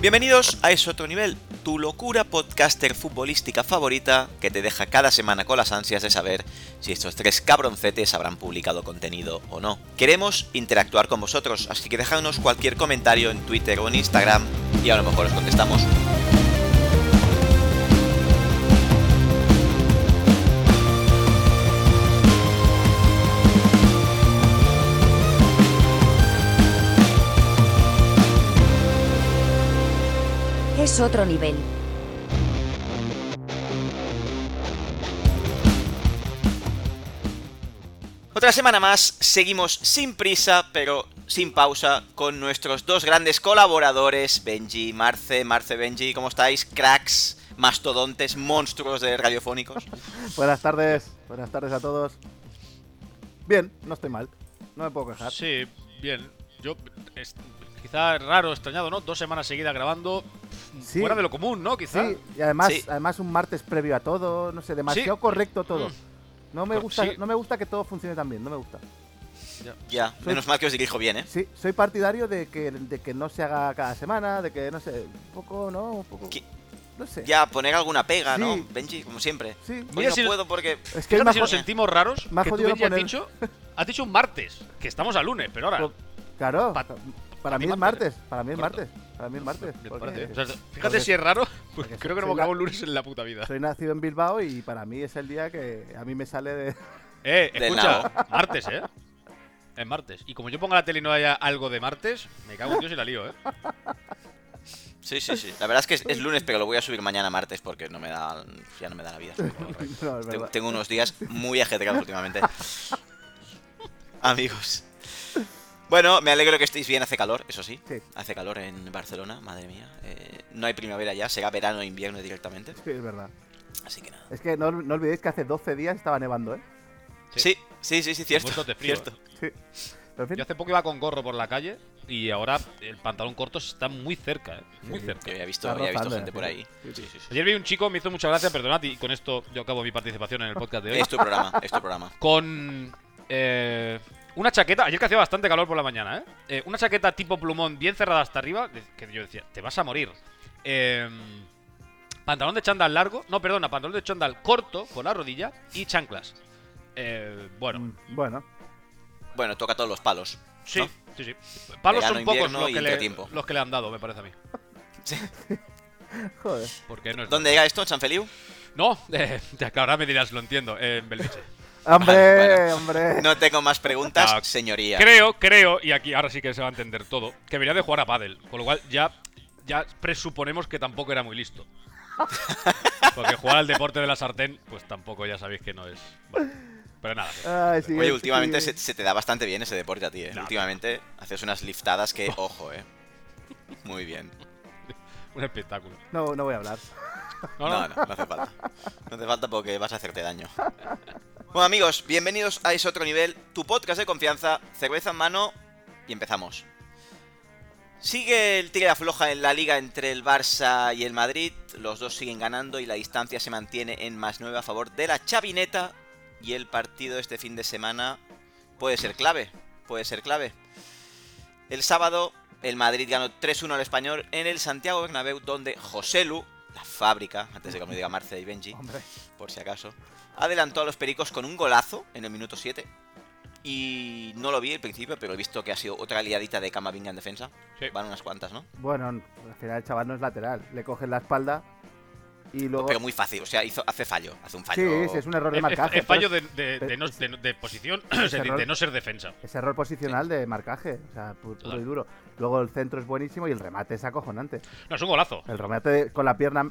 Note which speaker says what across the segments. Speaker 1: Bienvenidos a Es Otro Nivel, tu locura podcaster futbolística favorita que te deja cada semana con las ansias de saber si estos tres cabroncetes habrán publicado contenido o no. Queremos interactuar con vosotros, así que dejadnos cualquier comentario en Twitter o en Instagram y a lo mejor os contestamos.
Speaker 2: Es otro nivel.
Speaker 1: Otra semana más, seguimos sin prisa, pero sin pausa, con nuestros dos grandes colaboradores, Benji y Marce. Marce, Benji, ¿cómo estáis? Cracks, mastodontes, monstruos de radiofónicos.
Speaker 3: Buenas tardes, buenas tardes a todos. Bien, no estoy mal, no me puedo quejar.
Speaker 4: Sí, bien. Yo, es- quizá raro, extrañado, ¿no? Dos semanas seguidas grabando.
Speaker 3: Sí.
Speaker 4: Fuera de lo común, ¿no? Quizá.
Speaker 3: Sí, y además,
Speaker 1: Sí.
Speaker 3: además un martes previo a todo, no sé, demasiado correcto todo. No me
Speaker 4: Mm. Cor-
Speaker 3: gusta,
Speaker 4: sí.
Speaker 3: no me gusta que todo funcione tan bien, no me gusta.
Speaker 1: Ya, menos mal que os dirijo bien, ¿eh?
Speaker 3: Sí, soy partidario de que, de que no se haga cada semana, de que no sé, un poco, no, un poco.
Speaker 1: Qui-
Speaker 3: No sé.
Speaker 1: Ya, poner alguna pega, ¿no?
Speaker 3: Sí.
Speaker 1: Benji, como siempre.
Speaker 3: Sí.
Speaker 1: Hoy
Speaker 4: Mira
Speaker 1: no
Speaker 4: si-
Speaker 1: puedo porque...
Speaker 3: Es que hay
Speaker 4: Fíjate
Speaker 3: más
Speaker 4: si nos
Speaker 3: jo-
Speaker 4: sentimos raros.
Speaker 3: me ha
Speaker 4: que tú,
Speaker 3: jodido
Speaker 4: Benji, has
Speaker 3: poner-
Speaker 4: dicho, has dicho un martes, que estamos a lunes, pero ahora.
Speaker 3: Por- Claro,
Speaker 4: pa-
Speaker 3: para,
Speaker 4: pa'
Speaker 3: mí
Speaker 4: mí
Speaker 3: es
Speaker 4: martes.
Speaker 3: martes, para mí es
Speaker 4: Correcto.
Speaker 3: martes, para mí es martes.
Speaker 4: me
Speaker 3: porque-
Speaker 4: parece, ¿eh? O sea,
Speaker 3: porque
Speaker 4: fíjate si es raro, porque
Speaker 3: porque
Speaker 4: creo que no
Speaker 3: soy
Speaker 4: hemos
Speaker 3: la-
Speaker 4: grabado un lunes en la puta vida.
Speaker 3: Soy nacido en Bilbao y para mí es el día que a mí me sale de...
Speaker 4: Eh,
Speaker 1: De
Speaker 4: escucha, martes, ¿eh? Es martes. Y como yo ponga la tele y no haya algo de martes, me cago en Dios y la lío, ¿eh?
Speaker 1: Sí, sí, sí. La verdad es que es, es lunes, pero lo voy a subir mañana martes porque no me da, ya no me da la vida.
Speaker 3: No, es
Speaker 1: Tengo,
Speaker 3: verdad.
Speaker 1: tengo unos días muy ajetreados últimamente. Amigos. Bueno, me alegro que estéis bien, hace calor, eso sí.
Speaker 3: Sí.
Speaker 1: Hace calor en Barcelona, madre mía. Eh, no hay primavera ya, será verano e invierno directamente.
Speaker 3: Sí, es verdad.
Speaker 1: Así que nada.
Speaker 3: Es que no, no olvidéis que hace 12 días estaba nevando, ¿eh?
Speaker 1: Sí, sí, sí, sí, cierto.
Speaker 4: Muertos de frío,
Speaker 1: cierto.
Speaker 3: Sí. Pero en fin,
Speaker 4: Yo hace poco iba con gorro por la calle y ahora el pantalón corto está muy cerca, ¿eh? Muy
Speaker 3: Sí.
Speaker 4: cerca.
Speaker 1: Yo había visto,
Speaker 3: está
Speaker 1: había visto
Speaker 3: rozando,
Speaker 1: gente
Speaker 3: ¿eh?
Speaker 1: por ahí.
Speaker 3: Sí, sí.
Speaker 4: Ayer vi un chico, me hizo mucha gracia, perdonad, y con esto yo acabo mi participación en el podcast de hoy.
Speaker 1: Es tu programa, es tu programa.
Speaker 4: Con eh, una chaqueta, ayer que hacía bastante calor por la mañana, ¿eh? Eh, Una chaqueta tipo plumón bien cerrada hasta arriba, de- que yo decía, te vas a morir. Eh, pantalón de chándal largo, no, perdona, pantalón de chándal corto con la rodilla y chanclas. Eh, bueno,
Speaker 3: Mm, Bueno,
Speaker 1: Bueno, toca todos los palos.
Speaker 4: sí,
Speaker 1: ¿no?
Speaker 4: sí, sí. Palos
Speaker 1: Verano,
Speaker 4: son pocos
Speaker 1: invierno
Speaker 4: los
Speaker 1: y
Speaker 4: que, le,
Speaker 1: entretiempo.
Speaker 4: los que le han dado, me parece a mí.
Speaker 3: joder.
Speaker 4: Porque no es
Speaker 1: ¿Dónde llega esto, en Sanfeliu?
Speaker 4: No, eh, ahora me dirás, lo entiendo, eh, en Belviche.
Speaker 3: ¡Hombre,
Speaker 1: bueno.
Speaker 3: hombre!
Speaker 1: No tengo más preguntas,
Speaker 4: Ah,
Speaker 1: señoría.
Speaker 4: Creo, creo, y aquí ahora sí que se va a entender todo, que venía de jugar a pádel, con lo cual ya, ya presuponemos que tampoco era muy listo. Porque jugar al deporte de la sartén, pues tampoco ya sabéis que no es. bueno, pero nada.
Speaker 3: Ay, sí,
Speaker 1: Oye,
Speaker 3: sí,
Speaker 1: últimamente
Speaker 3: sí.
Speaker 1: se, se te da bastante bien ese deporte a ti, ¿eh?
Speaker 4: Claro.
Speaker 1: Últimamente haces unas liftadas que, ojo, ¿eh? Muy bien.
Speaker 4: Un espectáculo.
Speaker 3: No, no voy a hablar.
Speaker 4: No,
Speaker 1: No,
Speaker 4: no,
Speaker 1: no, no hace falta. No hace falta porque vas a hacerte daño. Bueno, amigos, bienvenidos a ese otro nivel, tu podcast de confianza, cerveza en mano y empezamos. Sigue el tira y afloja en la liga entre el Barça y el Madrid. Los dos siguen ganando y la distancia se mantiene en más 9 a favor de la Chavineta. Y el partido este fin de semana puede ser clave. Puede ser clave. El sábado, el Madrid ganó 3-1 al español en el Santiago Bernabéu, donde Joselu, la fábrica, antes de que me diga Marce y Benji,
Speaker 3: Hombre,
Speaker 1: por si acaso, adelantó a los pericos con un golazo en el minuto 7. Y no lo vi al principio, pero he visto que ha sido otra liadita de Camavinga en defensa.
Speaker 4: Sí.
Speaker 1: Van unas cuantas, ¿no?
Speaker 3: bueno, al final el chaval no es lateral. Le cogen la espalda y luego...
Speaker 1: Pero muy fácil, o sea, hizo, hace fallo, hace un fallo.
Speaker 3: Sí, sí, es un error de
Speaker 4: Es- es-
Speaker 3: marcaje.
Speaker 4: es fallo
Speaker 3: pero
Speaker 4: de, de- de no, de no- de posición, o sea, de,
Speaker 3: error.
Speaker 4: de no ser defensa.
Speaker 3: es- Es error posicional de marcaje, o sea, pu- puro,
Speaker 4: Total.
Speaker 3: y duro. Luego el centro es buenísimo y el remate es acojonante.
Speaker 4: No, es un golazo.
Speaker 3: El remate de- con la pierna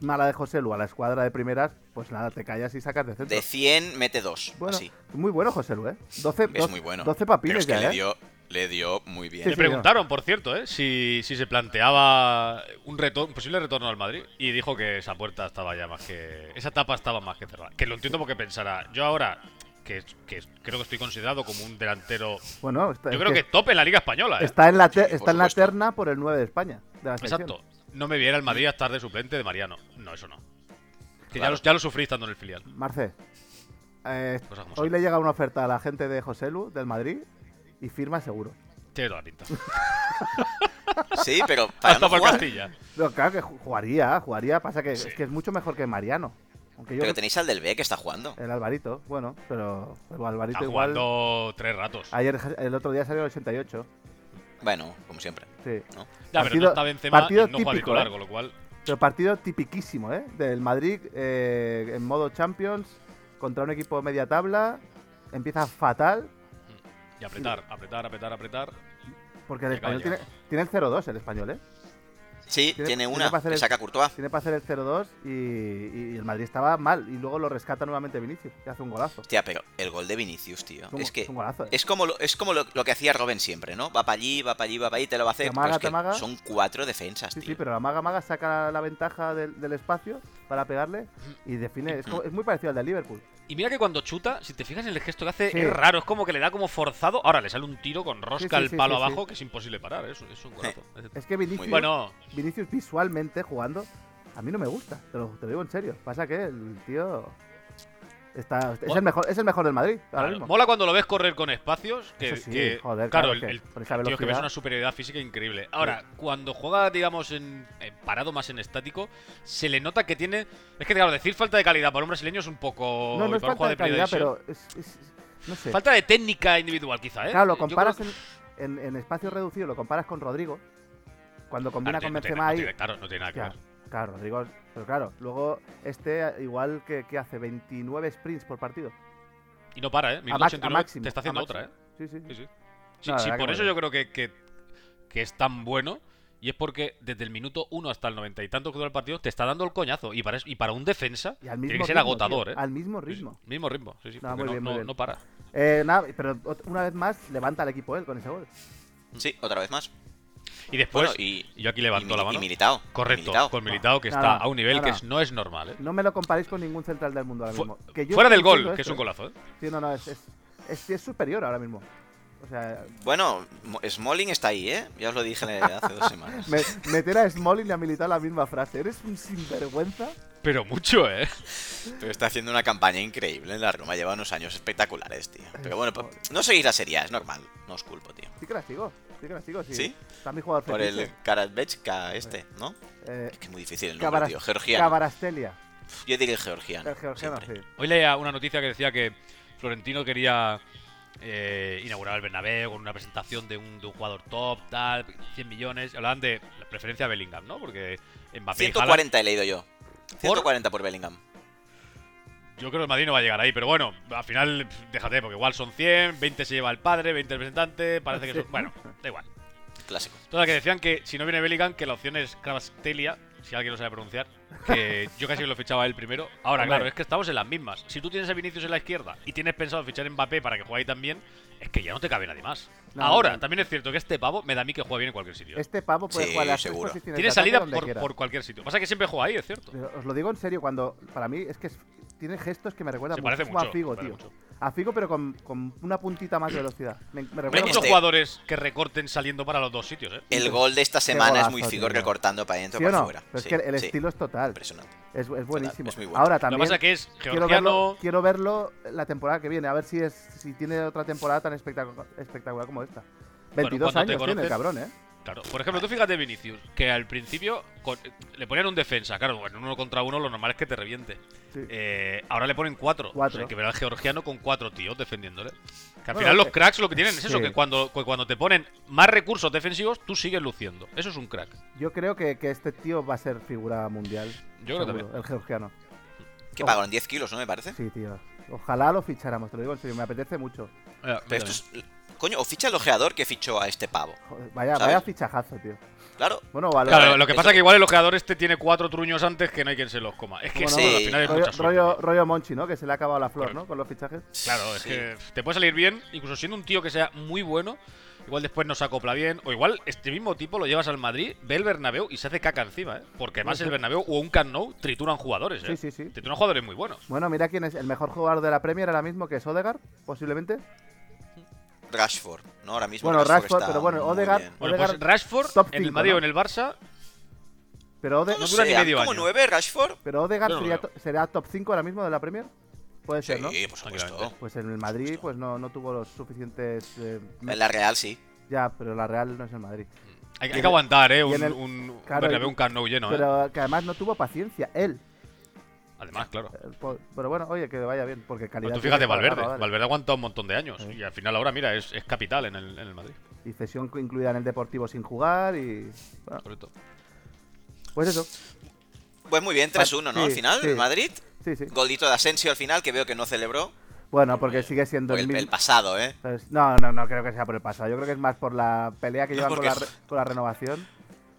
Speaker 3: mala de José Lu a la escuadra de primeras, pues nada, te callas y sacas de centro.
Speaker 1: De 100 mete 2,
Speaker 3: Bueno,
Speaker 1: así.
Speaker 3: muy bueno José Lu, ¿eh? 12,
Speaker 1: Es muy bueno.
Speaker 3: 12
Speaker 1: pero
Speaker 3: papines
Speaker 1: es que
Speaker 3: ya,
Speaker 1: le,
Speaker 3: ¿eh?
Speaker 1: dio, le dio muy bien.
Speaker 3: Sí,
Speaker 4: Le
Speaker 3: sí, no.
Speaker 4: preguntaron, por cierto, ¿eh? si, si se planteaba un, retor- un posible retorno al Madrid y dijo que esa puerta estaba ya más que... Esa tapa estaba más que cerrada. Que lo entiendo porque pensará, yo ahora, que, que creo que estoy considerado como un delantero...
Speaker 3: Bueno, está,
Speaker 4: Yo
Speaker 3: es
Speaker 4: creo que top en la Liga Española, ¿eh?
Speaker 3: está en la, te-
Speaker 1: Sí, por
Speaker 3: está en la
Speaker 1: supuesto.
Speaker 3: terna por el 9 de España. de la selección.
Speaker 4: Exacto. No me viera el Madrid a estar de suplente de Mariano. No, eso no. Que ya,
Speaker 1: Claro.
Speaker 4: lo, ya lo sufrí estando en el filial.
Speaker 3: Marce, eh,
Speaker 4: Cosas como
Speaker 3: hoy
Speaker 4: son.
Speaker 3: le llega una oferta a la gente de José Lu, del Madrid, y firma seguro.
Speaker 4: Tiene toda la pinta.
Speaker 1: Sí, pero para
Speaker 4: Hasta
Speaker 1: no
Speaker 4: por
Speaker 1: jugar.
Speaker 4: Castilla.
Speaker 3: No, claro que ju- jugaría, jugaría. Pasa que
Speaker 4: Sí.
Speaker 3: es que es mucho mejor que Mariano. Aunque yo
Speaker 1: Pero
Speaker 3: creo-
Speaker 1: tenéis al del B que está jugando.
Speaker 3: el Alvarito, bueno, pero, pero Alvarito
Speaker 4: Está
Speaker 3: igual.
Speaker 4: jugando tres ratos.
Speaker 3: Ayer el otro día salió el 88.
Speaker 1: Bueno, como siempre.
Speaker 3: Sí.
Speaker 4: Ya, pero no
Speaker 3: partido-
Speaker 4: está Benzema y
Speaker 3: partido
Speaker 4: no juega
Speaker 3: típico,
Speaker 4: titular,
Speaker 3: ¿eh?
Speaker 4: con lo cual.
Speaker 3: Pero partido tipiquísimo, ¿eh? Del Madrid eh, en modo Champions contra un equipo de media tabla. Empieza fatal
Speaker 4: Y apretar, apretar, apretar, apretar.
Speaker 3: porque el
Speaker 4: Y acaba
Speaker 3: español tiene, tiene el 0-2, el español, ¿eh?
Speaker 1: Sí,
Speaker 3: Tiene-
Speaker 1: tiene
Speaker 3: tiene
Speaker 1: una
Speaker 3: para hacer
Speaker 1: que
Speaker 3: el-
Speaker 1: saca Courtois.
Speaker 3: Tiene para hacer el 0-2 y, y el Madrid estaba mal. Y luego lo rescata nuevamente Vinicius y hace un golazo.
Speaker 1: Hostia, pero el gol de Vinicius, tío.
Speaker 3: Es un,
Speaker 1: Es que
Speaker 3: es un golazo. ¿eh?
Speaker 1: es como, lo, es como lo, lo que hacía Robin siempre, ¿no? Va para allí, va para allí, va para allí, te lo va a hacer.
Speaker 3: Te amaga,
Speaker 1: Pero es
Speaker 3: te
Speaker 1: que
Speaker 3: amaga.
Speaker 1: son cuatro defensas,
Speaker 3: Sí,
Speaker 1: tío.
Speaker 3: sí, pero la maga maga saca la ventaja del, del espacio para pegarle y define. Es, como- es muy parecido al del Liverpool.
Speaker 4: Y mira que cuando chuta, si te fijas en el gesto que hace,
Speaker 3: Sí.
Speaker 4: es raro, es como que le da como forzado. Ahora le sale un tiro con
Speaker 3: Sí,
Speaker 4: rosca
Speaker 3: sí,
Speaker 4: al
Speaker 3: sí,
Speaker 4: palo
Speaker 3: sí, sí.
Speaker 4: abajo, que es imposible parar, ¿eh? es, es un golazo.
Speaker 3: Es que Vinicius,
Speaker 1: bien.
Speaker 4: Bueno,
Speaker 3: Vinicius visualmente jugando, a mí no me gusta. Te lo, te lo digo en serio. Pasa que el tío está, es,
Speaker 4: Mola.
Speaker 3: el mejor, es el mejor del Madrid ahora
Speaker 4: claro,
Speaker 3: mismo.
Speaker 4: mola cuando lo ves correr con espacios. Que,
Speaker 3: Eso sí,
Speaker 4: que-
Speaker 3: joder,
Speaker 4: claro,
Speaker 3: claro,
Speaker 4: el,
Speaker 3: que
Speaker 4: el-
Speaker 3: con esa
Speaker 4: tío, es que ves
Speaker 3: velocidad.
Speaker 4: una superioridad física increíble. Ahora, cuando juega, digamos, en, en parado más en estático, se le nota que tiene. Es que, claro, decir falta de calidad para un brasileño es un poco.
Speaker 3: No, no
Speaker 4: y
Speaker 3: es
Speaker 4: para un
Speaker 3: falta de
Speaker 4: jugador
Speaker 3: calidad,
Speaker 4: primera división,
Speaker 3: pero es- es- es- no sé.
Speaker 4: Falta de técnica individual, quizá, ¿eh?
Speaker 3: Claro, lo
Speaker 4: Yo creo
Speaker 3: comparas
Speaker 4: que-
Speaker 3: en, en, en espacio reducido, lo comparas con Rodrigo. Cuando combina
Speaker 4: Claro,
Speaker 3: con
Speaker 4: no tiene-
Speaker 3: Benzema
Speaker 4: no
Speaker 3: ahí,
Speaker 4: tiene- Claro, no tiene nada que
Speaker 3: Ya,
Speaker 4: ver.
Speaker 3: claro, Rodrigo. Pero claro, luego este, igual que, que hace 29 sprints por partido.
Speaker 4: Y no para, ¿eh?
Speaker 3: A, max- a
Speaker 4: 1089
Speaker 3: máximo.
Speaker 4: te está
Speaker 3: a
Speaker 4: haciendo
Speaker 3: máximo.
Speaker 4: otra, ¿eh?
Speaker 3: Sí, sí.
Speaker 4: Sí, sí. Sí,
Speaker 3: la verdad
Speaker 4: sí,
Speaker 3: que
Speaker 4: por
Speaker 3: muy
Speaker 4: eso
Speaker 3: bien.
Speaker 4: yo creo que, que, que es tan bueno. Y es porque desde el minuto 1 hasta el 90 y tanto que dura el partido te está dando el coñazo. Y para, eso- y para un defensa
Speaker 3: Y al
Speaker 4: tiene
Speaker 3: mismo
Speaker 4: que ser
Speaker 3: ritmo,
Speaker 4: agotador,
Speaker 3: tío,
Speaker 4: ¿eh?
Speaker 3: Al mismo
Speaker 4: Sí, sí,
Speaker 3: ritmo.
Speaker 4: mismo ritmo, sí, sí.
Speaker 3: No,
Speaker 4: porque
Speaker 3: muy
Speaker 4: no,
Speaker 3: bien,
Speaker 4: no-
Speaker 3: muy bien.
Speaker 4: no para.
Speaker 3: Eh, nada, pero ot- una vez más levanta al equipo él con ese gol.
Speaker 1: Sí, otra vez más.
Speaker 4: Y después,
Speaker 1: bueno, y,
Speaker 4: yo aquí
Speaker 1: y
Speaker 4: levanto
Speaker 1: Mili-
Speaker 4: la
Speaker 1: y
Speaker 4: mano.
Speaker 1: Militao.
Speaker 4: Correcto,
Speaker 1: Militao.
Speaker 4: con Militao que
Speaker 3: No,
Speaker 4: está
Speaker 3: no,
Speaker 4: a un nivel
Speaker 3: no,
Speaker 4: que
Speaker 3: no.
Speaker 4: es- no es normal, ¿eh?
Speaker 3: No me lo comparéis con ningún central del mundo ahora
Speaker 4: Fu-
Speaker 3: mismo. Que yo
Speaker 4: fuera
Speaker 3: estoy
Speaker 4: del gol,
Speaker 3: diciendo
Speaker 4: que es
Speaker 3: esto,
Speaker 4: un golazo, ¿eh?
Speaker 3: ¿eh? Sí, no, no, es, es, es- es superior ahora mismo. O sea,
Speaker 1: Bueno, Mo- Smalling está ahí, ¿eh? Ya os lo dije en el- hace dos semanas.
Speaker 3: me- meter a Smalling y a Militao la misma frase. Eres un sinvergüenza.
Speaker 4: Pero mucho, ¿eh?
Speaker 1: Pero está haciendo una campaña increíble en la Roma. Lleva unos años espectaculares, tío. Pero bueno, pa- no seguís la serie, A, es normal. No os culpo, tío.
Speaker 3: Sí que la sigo. Sí que la sigo. Sí.
Speaker 1: ¿Sí?
Speaker 3: Está mi jugador
Speaker 1: Por
Speaker 3: fetiche.
Speaker 1: el Karatbechka este, ¿no?
Speaker 3: Eh,
Speaker 1: Es que es muy difícil el nombre,
Speaker 3: Cabaras-
Speaker 1: tío. Georgiano.
Speaker 3: Cabarastelia.
Speaker 1: Yo diría el georgiano.
Speaker 3: El georgiano,
Speaker 1: siempre.
Speaker 3: sí.
Speaker 4: Hoy leía una noticia que decía que Florentino quería eh, inaugurar el Bernabéu con una presentación de un, de un jugador top, tal, 100 millones. Y Hablaban de la preferencia a Bellingham, ¿no? Porque Mbappé y Haaland-
Speaker 1: 140 he leído yo. 140 por Bellingham.
Speaker 4: yo creo que el Madrid no va a llegar ahí, pero bueno, al final pff, déjate, porque igual son 100, 20 se lleva el padre, 20 el representante, parece que
Speaker 3: Sí.
Speaker 4: son... Bueno, da igual.
Speaker 1: Clásico.
Speaker 4: Toda que decían que si no viene Bellingham, que la opción es Kravastelia, si alguien lo sabe pronunciar, que yo casi que lo fichaba él primero. Ahora,
Speaker 3: Hombre.
Speaker 4: claro, es que estamos en las mismas. Si tú tienes a Vinicius en la izquierda y tienes pensado fichar a Mbappé para que juegue ahí también, es que ya no te cabe nadie más.
Speaker 3: No,
Speaker 4: Ahora,
Speaker 3: no.
Speaker 4: también es cierto que este pavo me da a mí que juega bien en cualquier sitio. ¿eh?
Speaker 3: Este pavo puede
Speaker 1: Sí,
Speaker 3: jugar las tres
Speaker 1: seguro.
Speaker 3: posiciones de
Speaker 4: Tiene
Speaker 3: ataque
Speaker 4: salida
Speaker 3: donde
Speaker 4: por,
Speaker 3: quiera.
Speaker 4: por cualquier sitio. Pasa que siempre juega ahí, es cierto.
Speaker 3: Pero Os lo digo en serio, cuando para mí es que es- tiene gestos que me recuerdan
Speaker 4: Se parece
Speaker 3: muchísimo
Speaker 4: mucho,
Speaker 3: a Figo,
Speaker 4: se parece
Speaker 3: tío.
Speaker 4: mucho.
Speaker 3: A Figo, pero con, con una puntita más de velocidad. Me, me
Speaker 4: No hay
Speaker 3: recuerda
Speaker 1: Hombre,
Speaker 4: muchos
Speaker 1: este-
Speaker 3: mucho.
Speaker 4: jugadores que recorten saliendo para los dos sitios, ¿eh?
Speaker 1: El gol de esta semana es muy
Speaker 3: golazo,
Speaker 1: Figo
Speaker 3: tío.
Speaker 1: recortando para adentro
Speaker 3: ¿Sí o
Speaker 1: para
Speaker 3: no?
Speaker 1: fuera.
Speaker 3: Pero es
Speaker 1: Sí,
Speaker 3: que el
Speaker 1: sí,
Speaker 3: estilo es total.
Speaker 1: Impresionante.
Speaker 3: Es, es buenísimo.
Speaker 1: es muy bueno.
Speaker 3: Ahora
Speaker 4: Lo
Speaker 3: también
Speaker 4: que pasa que es
Speaker 3: quiero,
Speaker 4: georgiano.
Speaker 3: verlo, quiero verlo la temporada que viene, a ver si es si tiene otra temporada tan espectacu- espectacular como esta. 22
Speaker 4: cuando te
Speaker 3: años tiene el
Speaker 4: conoces-
Speaker 3: cabrón, ¿eh?
Speaker 4: Claro, por ejemplo, tú fíjate Vinicius, que al principio con- le ponían un defensa, claro, bueno, uno contra uno lo normal es que te reviente.
Speaker 3: Sí.
Speaker 4: Eh, ahora le ponen cuatro.
Speaker 3: Cuatro.
Speaker 4: O sea, hay que ver al georgiano con cuatro tíos defendiéndole. Que al
Speaker 3: Bueno,
Speaker 4: final los
Speaker 3: eh,
Speaker 4: cracks lo que tienen es eso,
Speaker 3: sí.
Speaker 4: que cuando, cu- cuando te ponen más recursos defensivos, tú sigues luciendo. Eso es un crack.
Speaker 3: Yo creo que, que este tío va a ser figura mundial.
Speaker 4: Yo creo
Speaker 3: seguro,
Speaker 4: también.
Speaker 3: El georgiano.
Speaker 1: Que pagaron 10 kilos, ¿no me parece?
Speaker 3: Sí, tío. Ojalá lo ficháramos, te lo digo en serio, me apetece mucho.
Speaker 4: Eh,
Speaker 1: Pero esto es... Coño, o ficha el ojeador que fichó a este pavo.
Speaker 3: Joder, vaya,
Speaker 1: ¿Sabes?
Speaker 3: vaya fichajazo, tío.
Speaker 1: Claro.
Speaker 3: Bueno, vale.
Speaker 4: Claro, lo que
Speaker 1: Eso-
Speaker 4: pasa es que igual el ojeador este tiene cuatro truños antes que no hay quien se los coma. Es que
Speaker 3: Bueno,
Speaker 4: sí,
Speaker 1: sí.
Speaker 4: al final es
Speaker 3: rollo,
Speaker 4: mucha suerte.
Speaker 3: rollo, rollo Monchi, ¿no? Que se le ha acabado la flor,
Speaker 4: Correcto.
Speaker 3: ¿no? Con los fichajes.
Speaker 4: Claro, es
Speaker 1: Sí.
Speaker 4: que te puede salir bien, incluso siendo un tío que sea muy bueno, igual después no se acopla bien, o igual este mismo tipo lo llevas al Madrid, ve el Bernabéu y se hace caca encima, ¿eh? Porque además el Bernabéu o un Camp Nou trituran jugadores, ¿eh?
Speaker 3: Sí, sí, sí.
Speaker 4: Trituran jugadores muy buenos.
Speaker 3: Bueno, mira quién es el mejor jugador de la Premier ahora mismo, que es Odegaard, posiblemente.
Speaker 1: Rashford, ¿no? Ahora mismo
Speaker 3: Bueno, Rashford,
Speaker 1: está
Speaker 3: pero bueno,
Speaker 1: muy
Speaker 3: Odegaard-
Speaker 1: bien.
Speaker 4: Bueno, pues
Speaker 3: Odegaard,
Speaker 4: Rashford
Speaker 3: top
Speaker 4: en el
Speaker 3: cinco,
Speaker 4: Madrid
Speaker 3: ¿no?
Speaker 4: o en el Barça,
Speaker 3: Pero, Ode-
Speaker 1: No,
Speaker 4: no
Speaker 1: sé,
Speaker 4: dura ni medio
Speaker 1: ¿Como
Speaker 4: año.
Speaker 1: 9 Rashford?
Speaker 3: pero Odegaard
Speaker 4: Yo no lo
Speaker 3: sería
Speaker 4: veo.
Speaker 3: to- será top 5 ahora mismo de la Premier. Puede ser, ¿no?
Speaker 1: Sí, por supuesto.
Speaker 4: Tranquilamente.
Speaker 3: Pues en el Madrid pues no, no tuvo los suficientes... eh,
Speaker 1: En la Real sí.
Speaker 3: Ya, pero la Real no es el Madrid.
Speaker 4: Hay,
Speaker 3: Y
Speaker 4: hay
Speaker 3: en
Speaker 4: que
Speaker 3: el-
Speaker 4: aguantar, ¿eh?
Speaker 3: y
Speaker 4: Un,
Speaker 3: en el-
Speaker 4: un,
Speaker 3: claro,
Speaker 4: un Bernabéu,
Speaker 3: y-
Speaker 4: un Camp Nou lleno, ¿eh?
Speaker 3: Pero que además no tuvo paciencia, él.
Speaker 4: Además, claro.
Speaker 3: El po- Pero bueno, oye, que vaya bien, porque calidad.
Speaker 4: Pero Pues tú
Speaker 3: tiene
Speaker 4: fíjate,
Speaker 3: para
Speaker 4: Valverde.
Speaker 3: darla, dale.
Speaker 4: Valverde ha aguantado un montón de años.
Speaker 3: Sí.
Speaker 4: Y al final ahora, mira, es, es capital en el, en el Madrid.
Speaker 3: Y cesión incluida en el Deportivo sin jugar y. bueno,
Speaker 4: Correcto.
Speaker 3: pues eso.
Speaker 1: Pues muy bien, 3-1, ¿no? al
Speaker 3: Sí,
Speaker 1: final,
Speaker 3: sí.
Speaker 1: el Madrid.
Speaker 3: Sí, sí.
Speaker 1: Golito de Asensio al final, que veo que no celebró.
Speaker 3: Bueno, porque sigue siendo
Speaker 1: Por
Speaker 3: el
Speaker 1: el, el
Speaker 3: mismo.
Speaker 1: pasado, ¿eh?
Speaker 3: ¿sabes? No, no, no creo que sea por el pasado. Yo creo que es más por la pelea que
Speaker 1: No,
Speaker 3: llevan con,
Speaker 1: Ah, porque-
Speaker 3: la re- con la renovación.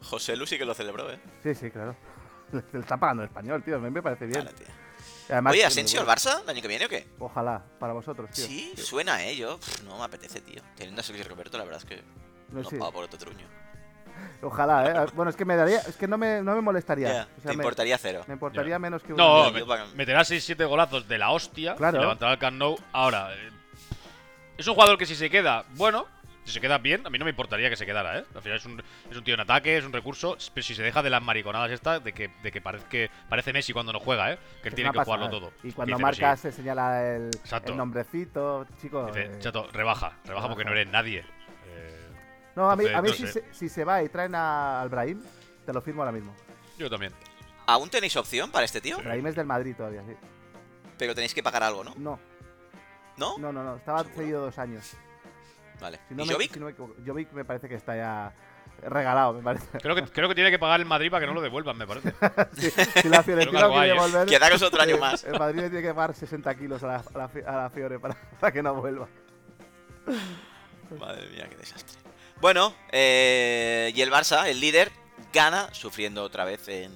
Speaker 1: José Lu sí que lo celebró, ¿eh?
Speaker 3: Sí, sí, claro. Le está pagando el español, tío. A mí me parece bien.
Speaker 1: Ala, tío.
Speaker 3: Y además,
Speaker 1: Oye,
Speaker 3: tío,
Speaker 1: Asensio al
Speaker 3: bueno,
Speaker 1: Barça el año que viene o qué?
Speaker 3: Ojalá, para vosotros, tío.
Speaker 1: Sí, suena, ¿eh? Yo pff, no me apetece, tío. Teniendo a Sergio Roberto, la verdad es que
Speaker 3: No,
Speaker 1: no
Speaker 3: sí.
Speaker 1: pago por otro truño.
Speaker 3: Ojalá, eh. Bueno, es que me daría. Es que no me, no me molestaría.
Speaker 1: Ya,
Speaker 3: O sea,
Speaker 1: te
Speaker 3: me,
Speaker 1: importaría cero.
Speaker 3: me importaría
Speaker 4: Ya.
Speaker 3: menos que un.
Speaker 4: No,
Speaker 1: yo
Speaker 4: me-
Speaker 1: para-
Speaker 4: meterá 6-7 golazos de la hostia.
Speaker 3: Claro.
Speaker 4: Y levantará el Camp Nou. Ahora, eh, es un jugador que si se queda, bueno, si se queda bien, a mí no me importaría que se quedara, ¿eh? Al final es un, es un tío en ataque, es un recurso. Pero si se deja de las mariconadas estas, de que, de que, parece, que parece Messi cuando no juega, ¿eh? Que él
Speaker 3: Es
Speaker 4: tiene
Speaker 3: una
Speaker 4: que
Speaker 3: pasada.
Speaker 4: jugarlo todo.
Speaker 3: Y
Speaker 4: Que
Speaker 3: cuando
Speaker 4: dice, pero
Speaker 3: marcas
Speaker 4: sí,
Speaker 3: se señala el,
Speaker 4: Exacto.
Speaker 3: el nombrecito, eh, chicos.
Speaker 4: dice, chato, rebaja, rebaja porque no eres nadie. Eh,
Speaker 3: no, a mí, a mí
Speaker 4: entonces, eh.
Speaker 3: si,
Speaker 4: no
Speaker 3: se,
Speaker 4: sé.
Speaker 3: si se va y traen a al Brahim, te lo firmo ahora mismo.
Speaker 4: yo también.
Speaker 1: ¿Aún tenéis opción para este tío?
Speaker 3: Brahim es del Madrid todavía, sí.
Speaker 1: Pero tenéis que pagar algo, ¿no?
Speaker 3: No,
Speaker 1: ¿No?
Speaker 3: no, no, no. Estaba
Speaker 1: ¿Seguro?
Speaker 3: cedido dos años.
Speaker 1: Vale.
Speaker 3: Si no
Speaker 1: ¿Y
Speaker 3: me,
Speaker 1: Jovic?
Speaker 3: si no me equivoco, Jovic me parece que está ya regalado, me parece.
Speaker 4: Creo que, creo que tiene que pagar el Madrid para que no lo devuelvan, me parece.
Speaker 3: Sí, si la Fiorentina
Speaker 4: algo
Speaker 3: lo quiere
Speaker 4: hay, ¿eh?
Speaker 3: devolver,
Speaker 1: Quedaros otro año más.
Speaker 3: El Madrid le tiene que pagar 60 kilos a la, a la, Fi- a la Fiore para, para que no vuelva.
Speaker 1: Madre mía, qué desastre. Bueno, eh, y el Barça, el líder, gana sufriendo otra vez en.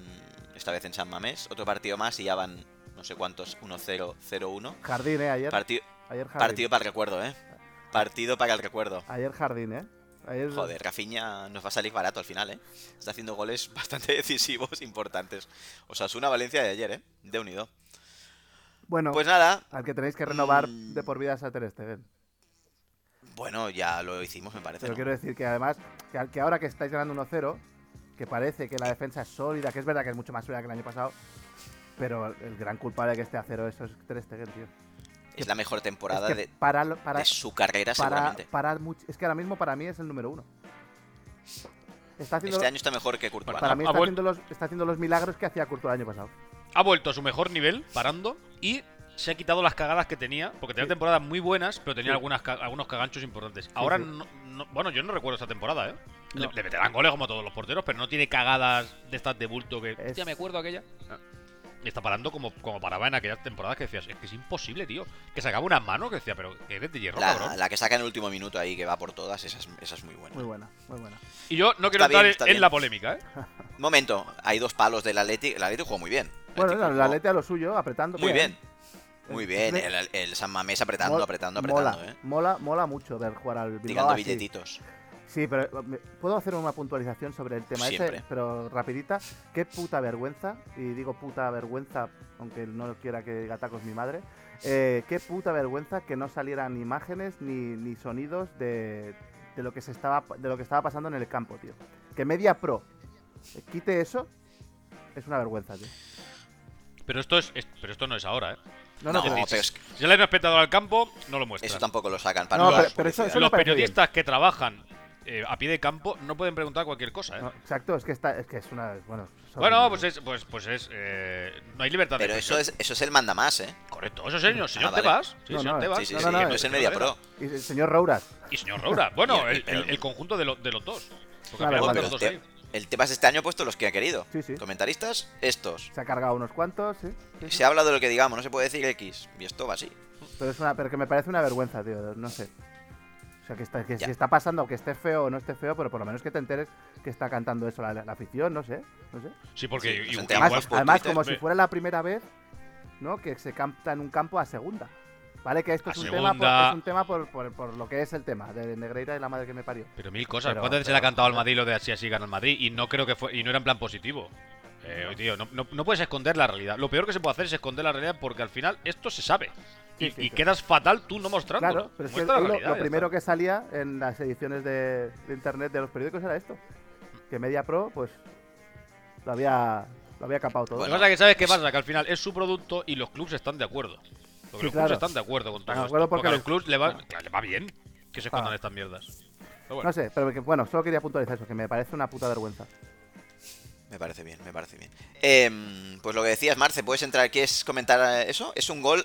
Speaker 1: Esta vez en San Mamés. Otro partido más y ya van no sé cuántos, 1-0, 0-1.
Speaker 3: Jardín, eh, ayer.
Speaker 1: Parti-
Speaker 3: ayer jardín.
Speaker 1: partido para el recuerdo, ¿eh? Partido para el recuerdo.
Speaker 3: Ayer jardín, eh. Ayer,
Speaker 1: Joder, Rafinha nos va a salir barato al final, ¿eh? Está haciendo goles bastante decisivos, importantes. O sea, es una Valencia de ayer, ¿eh? De unido.
Speaker 3: Bueno,
Speaker 1: Pues nada,
Speaker 3: al que tenéis que renovar
Speaker 1: Mm.
Speaker 3: de por vida es a Ter Stegen.
Speaker 1: bueno, ya lo hicimos, me parece.
Speaker 3: Pero
Speaker 1: ¿no?
Speaker 3: quiero decir que además, que, al- que ahora que estáis ganando 1-0, que parece que la defensa es sólida, que es verdad que es mucho más sólida que el año pasado, pero el gran culpable de que esté a cero eso es Ter Stegen, tío.
Speaker 1: Es la mejor
Speaker 3: Es
Speaker 1: temporada
Speaker 3: que
Speaker 1: de,
Speaker 3: para, lo- para,
Speaker 1: de su carrera,
Speaker 3: para,
Speaker 1: seguramente.
Speaker 3: para much- es que ahora mismo para mí es el número uno. Está haciendo,
Speaker 1: Este año está mejor que Courtois.
Speaker 4: Bueno,
Speaker 1: ¿no?
Speaker 3: para mí
Speaker 4: ha
Speaker 3: está
Speaker 4: vuel-
Speaker 3: haciendo, los, está haciendo los milagros que hacía Courtois el año pasado.
Speaker 4: ha vuelto a su mejor nivel parando y se ha quitado las cagadas que tenía, porque tenía
Speaker 3: Sí.
Speaker 4: temporadas muy buenas, pero tenía
Speaker 3: Sí.
Speaker 4: algunas ca- algunos caganchos importantes. Ahora,
Speaker 3: sí.
Speaker 4: no- no- bueno, yo no recuerdo esta temporada, ¿eh? Le-
Speaker 3: No.
Speaker 4: Le meterán goles como a todos los porteros, pero no tiene cagadas de estas de bulto que...
Speaker 3: Es-
Speaker 4: Ya me acuerdo aquella. Ah. Y está parando como, como paraba en aquellas temporadas que decías, es que es imposible, tío. Que sacaba unas manos que decía, pero eres de hierro,
Speaker 1: La,
Speaker 4: cabrón.
Speaker 1: la que saca en el último minuto ahí, que va por todas, esa es, esa es muy buena.
Speaker 3: Muy buena, muy buena.
Speaker 1: Este
Speaker 4: Y yo no quiero
Speaker 1: Está bien,
Speaker 4: entrar en-
Speaker 1: está
Speaker 4: en,
Speaker 1: bien.
Speaker 4: la polémica, ¿eh?
Speaker 1: Momento, hay dos palos del Atleti. El Atleti jugó muy bien. El
Speaker 3: Bueno,
Speaker 1: Atleti
Speaker 3: no, el
Speaker 1: jugó
Speaker 3: Atleti a lo suyo, apretando.
Speaker 1: Muy
Speaker 3: mira,
Speaker 1: bien.
Speaker 3: eh.
Speaker 1: Muy bien.
Speaker 3: Entonces,
Speaker 1: El, el San Mamés apretando,
Speaker 3: mol-
Speaker 1: apretando, apretando,
Speaker 3: mola,
Speaker 1: ¿eh?
Speaker 3: mola, mola mucho ver jugar al Bilbao ah,
Speaker 1: Tirando
Speaker 3: así.
Speaker 1: billetitos.
Speaker 3: Sí, pero eh, me- puedo hacer una puntualización sobre el tema
Speaker 1: Siempre.
Speaker 3: ese, pero rapidita. Qué puta vergüenza, y digo puta vergüenza, aunque no quiera que diga tacos mi madre, eh, qué puta vergüenza que no salieran imágenes ni, ni sonidos de, de lo que se estaba de lo que estaba pasando en el campo, tío. Que Media Pro quite eso es una vergüenza, tío.
Speaker 4: Pero esto, es, es- pero esto no es ahora, ¿eh?
Speaker 1: No,
Speaker 3: pero-
Speaker 1: pero es que
Speaker 4: Si le hay un espectador al campo, no lo muestra.
Speaker 1: eso tampoco lo sacan.
Speaker 3: No,
Speaker 1: no dar
Speaker 3: pero- pero eso-
Speaker 1: publicidad.
Speaker 3: eso
Speaker 4: los
Speaker 3: me parece
Speaker 4: periodistas que trabajan eh, a pie de campo no pueden preguntar cualquier cosa, ¿eh?
Speaker 3: no, exacto, es que está, es que es una bueno. son-
Speaker 4: Bueno, pues es, pues, pues es, eh, no hay libertad
Speaker 1: Pero
Speaker 4: de
Speaker 1: eso
Speaker 4: expresión.
Speaker 1: es, eso es el manda más, ¿eh?
Speaker 4: Correcto, eso señor, señor
Speaker 1: vale.
Speaker 4: Tebas, sí,
Speaker 3: No,
Speaker 4: señor
Speaker 3: no,
Speaker 4: Tebas,
Speaker 1: Sí, sí,
Speaker 3: no,
Speaker 1: sí.
Speaker 3: no, no,
Speaker 1: No es el media pro.
Speaker 3: y el señor Rouras.
Speaker 4: y señor Roura. Bueno,
Speaker 1: Y el-
Speaker 4: el, el- el conjunto de, lo- de los dos. Porque al
Speaker 3: Claro,
Speaker 4: final
Speaker 1: Bueno,
Speaker 3: igual
Speaker 4: van
Speaker 1: pero
Speaker 4: los
Speaker 1: el,
Speaker 4: dos
Speaker 1: te-
Speaker 4: ahí.
Speaker 1: el Tebas este año ha puesto los que ha querido.
Speaker 3: Sí, sí.
Speaker 1: Comentaristas, estos.
Speaker 3: Se ha cargado unos cuantos, ¿eh? sí. sí, sí.
Speaker 1: Se habla de lo que digamos, no se puede decir X. Y esto va así.
Speaker 3: Pero, es una, pero que me parece una vergüenza, tío. No sé. O sea, que, está, que
Speaker 1: Ya.
Speaker 3: si está pasando, que esté feo o no esté feo, pero por lo menos que te enteres que está cantando eso la, la afición, no sé. No sé.
Speaker 4: Sí, porque
Speaker 1: Sí, nos
Speaker 4: igual-
Speaker 1: enteramos
Speaker 4: igual-
Speaker 3: Además,
Speaker 1: por
Speaker 3: además
Speaker 1: Twitter,
Speaker 3: como si
Speaker 4: hombre.
Speaker 3: fuera la primera vez, ¿no? Que se canta en un campo a segunda. Vale, que esto
Speaker 4: A
Speaker 3: es un, tema por,
Speaker 4: segunda.
Speaker 3: es un tema por, por- por lo que es el tema, de Negreira y la madre que me parió.
Speaker 4: pero mil cosas.
Speaker 3: pero-
Speaker 4: ¿Cuántas veces se le ha
Speaker 3: pero-
Speaker 4: cantado al Madrid lo de así así gana el Madrid? Y no creo que fue, y no era en plan positivo. Eh, tío, no, no- no puedes esconder la realidad. Lo peor que se puede hacer es esconder la realidad porque al final esto se sabe.
Speaker 3: Sí,
Speaker 4: y
Speaker 3: sí,
Speaker 4: y
Speaker 3: sí.
Speaker 4: quedas fatal tú no mostrándolo.
Speaker 3: Claro, pero es que
Speaker 4: Muestra la
Speaker 3: hoy lo-
Speaker 4: realidad,
Speaker 3: lo,
Speaker 4: ya
Speaker 3: primero
Speaker 4: está.
Speaker 3: que salía en las ediciones de, de internet de los periódicos era esto. Que Media Pro, pues, lo había, lo había capado todo.
Speaker 1: Bueno,
Speaker 4: Lo que pasa es que sabes qué pasa, que al final es su producto y los clubes están de acuerdo. Porque los clubs
Speaker 3: claro.
Speaker 4: están de acuerdo con todo
Speaker 3: de
Speaker 4: esto,
Speaker 3: acuerdo
Speaker 4: porque,
Speaker 3: porque
Speaker 4: a los
Speaker 3: les-
Speaker 4: clubs le va,
Speaker 3: claro.
Speaker 4: claro, le va bien que se escondan
Speaker 3: Ah.
Speaker 4: estas mierdas. Pero bueno.
Speaker 3: No sé, pero que- bueno, solo quería puntualizar eso, que me parece una puta vergüenza.
Speaker 1: Me parece bien, me parece bien. Em, pues lo que decías, Marce, ¿puedes entrar? ¿Quieres comentar eh, eso? Es un gol.